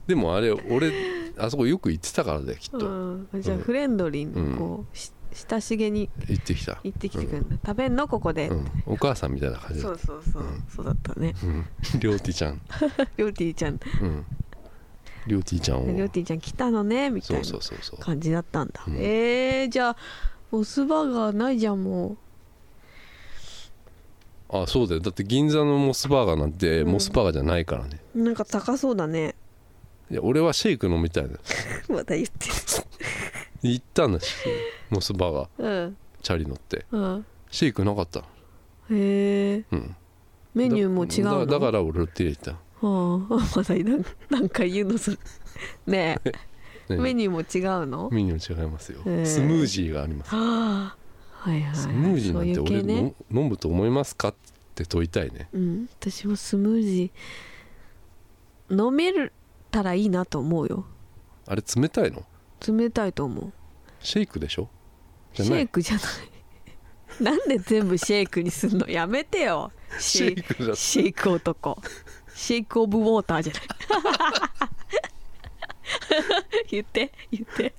A: でもあれ俺あそこよく行ってたからだよきっと、
B: うんじゃあフレンドリー
A: うん
B: にこう、し親しげに
A: 行ってきた、
B: 行ってきてくるんだ、食べんのここで、
A: うん、お母さんみたいな感じ
B: そ
A: だ
B: うそうそう、
A: うん
B: そうだったね
A: うんりょうてぃちゃん
B: りょうてぃちゃんり
A: うんりょうてぃちゃんを
B: ょうてぃちゃん来たのねみたい
A: そう
B: な
A: そうそうそう
B: 感じだったんだ
A: うん
B: えー、じゃあモスバーガーないじゃんも
A: あそうだよだって銀座のモスバーガーなんて
B: うん
A: モスバーガーじゃないからね、
B: なんか高そうだね
A: いや俺はシェイク飲みたいな
B: また言って
A: 行ったんだしモスバーガー
B: る
A: チャリ乗って
B: うん
A: シェイクなかった
B: うんへえ
A: うん
B: メニューも違うの
A: だだから俺ロッテリア行っ
B: はあ、 まだなんなんか言うのそれねえ
A: た、ね
B: メニューも違うの
A: メニュー違いますよ、
B: へー
A: スムージーがあります
B: はあはいはい
A: スムージーなんて
B: そうい
A: 俺
B: う系ね
A: の飲むと思いますかって問いたいね
B: うん私もスムージー飲めるたらいいなと思うよ
A: あれ冷たいの
B: 冷たいと思う
A: シェイクでしょじ
B: シ
A: ゃな
B: ェイ
A: い
B: クじゃない なんで全部シェイクにすんのやめてよシ
A: シ
B: ェイ
A: ェイクだ
B: シェイク男シェイクオブウォーターじゃない 言って言って、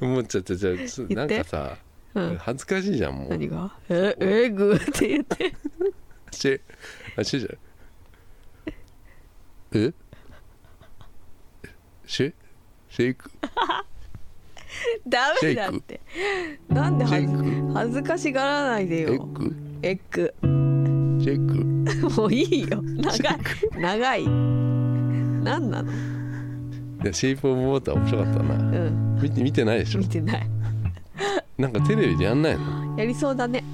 A: 思っちゃってじゃあつ
B: 言
A: な
B: っ
A: ん
B: て
A: かさ
B: うん、
A: 恥ずかしいじゃんもう
B: 何がええぐって言って
A: シェあシェじゃないえシェシェイク
B: ダメだってなんで
A: シ
B: 恥
A: ェイ
B: ず
A: ク
B: 恥ずかしがらないで
A: エッ
B: よ
A: グ
B: エッグ
A: シェイ
B: もうい いよ長い長いなんなの
A: クいやシェイプオブウォーター面白かった
B: う
A: なん見て見てないでしょ
B: 見てない
A: なんかテレビでやんないの
B: やりそうだねも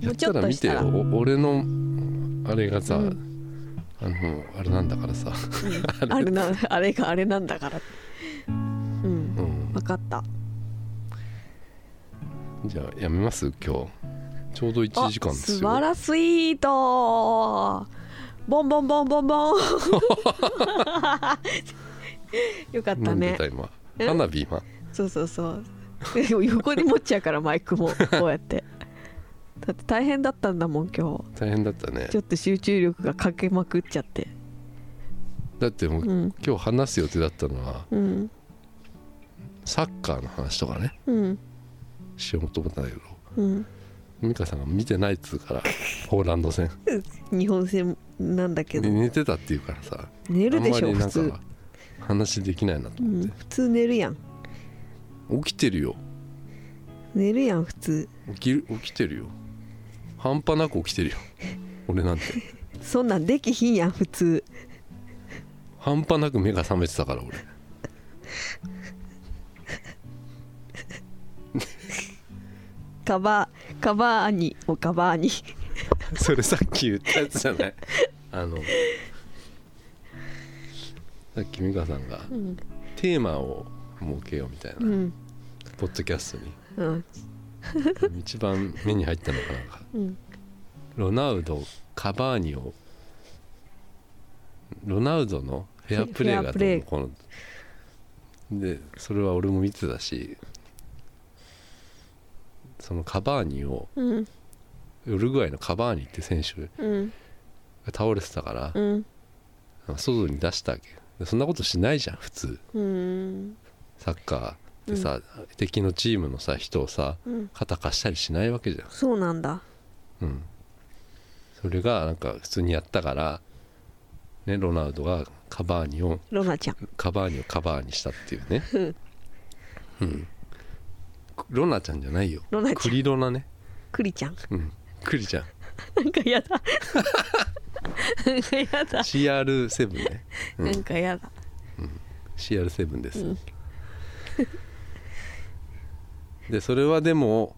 A: や
B: う
A: っ
B: ちょ
A: たら
B: っと
A: 見
B: してたら
A: よお俺のあれがさ、
B: うん
A: あのあれなんだからさ、
B: あれなあれがあれなんだからうん
A: うん、
B: 分かった
A: じゃあやめます今日ちょうど1
B: あ
A: 時間ですよ
B: 素晴らスイートボンボンボンボンボン よかった
A: 飲んで
B: ね
A: た今
B: え
A: 花火今
B: そうそうそうでも横に持っちゃうからマイクもこうやってだって大変だったんだもん今日
A: 大変だったね
B: ちょっと集中力がかけまくっちゃって
A: だってもう、
B: うん
A: 今日話す予定だったのは
B: うん
A: サッカーの話とかね
B: うん
A: しようと思ったんだけど
B: うん
A: 美香さんが見てないっつうからポーランド戦
B: 日本戦なんだけ
A: で
B: ど
A: 寝てたっていうからさ
B: 寝
A: あ
B: る
A: ん
B: で
A: ま
B: しょ
A: りな
B: 普
A: ん
B: 通
A: か話できないなと
B: う
A: 思っ
B: ん
A: て、
B: 普通寝るやん
A: 起きてるよ
B: 寝るやん普通
A: 起きる起きてるよ半端なく起きてるよ俺なんて
B: そんなんできひんやん普通
A: 半端なく目が覚めてたから俺
B: カバーカバーにおカバーに
A: それさっき言ったやつじゃないあのさっき美香さんが
B: うん
A: テーマを設けようみたいな、
B: うん
A: ポッドキャストに
B: うん
A: 一番目に入ったのがなんか
B: うん
A: ロナウドカバーニをロナウドのフェアプレーが
B: フェアプレー
A: どうのこうのでそれは俺も見てたしそのカバーニを
B: うん
A: ウルグアイのカバーニって選手が
B: うん
A: 倒れてたから
B: うん
A: 外に出したわけでそんなことしないじゃん普通
B: うん
A: サッカーってさ、敵のチームのさ人をさ
B: うん
A: 肩貸したりしないわけじゃん
B: そうなんだ
A: うん、それがなんか普通にやったから、ね、ロナウドがカバーニを
B: ロナちゃん
A: カバーニをカバーにしたって いうね
B: うん、
A: うん、ロナちゃんじゃないよ
B: ロナち
A: ク
B: ゃん
A: リロナね、
B: クリちゃん
A: うん、クリちゃん
B: なんかやだなんかやだ
A: CR7 ね、う
B: なん
A: ん、
B: かやだ
A: CR7 です、
B: うん
A: でそれはでも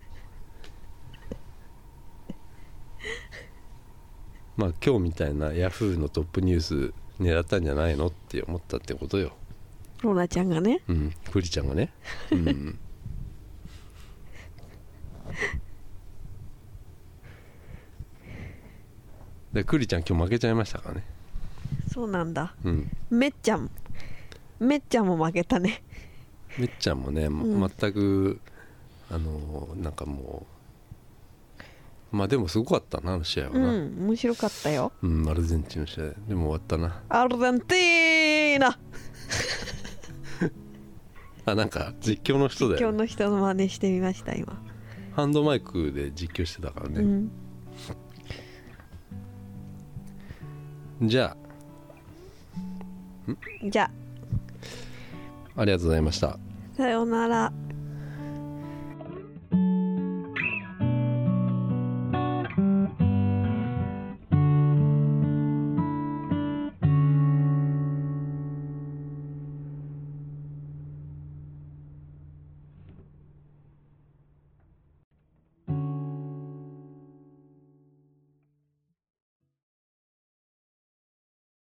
A: まあ今日みたいなヤフーのトップニュース狙ったんじゃないのって思ったってことよ
B: ロナちゃんがね
A: うんクリちゃんがねうんでクリちゃん今日負けちゃいましたからね
B: そうなんだ
A: うん
B: めっちゃんめっちゃんも負けたね
A: めっちゃんもね、
B: ん
A: ま全くあのーなんかもうまあでもすごかったなあの試合は
B: う
A: な、
B: ん面白かったよ
A: うんアルゼンチンの試合でも終わったな
B: アルゼンティーナ
A: あなんか実況の人だ
B: 今
A: よ、
B: 日
A: ね、
B: の人の真似してみました今、
A: ハンドマイクで実況してたから
B: う
A: ね、
B: ん、
A: じゃ
B: じゃ
A: あありがとうございました
B: あさようなら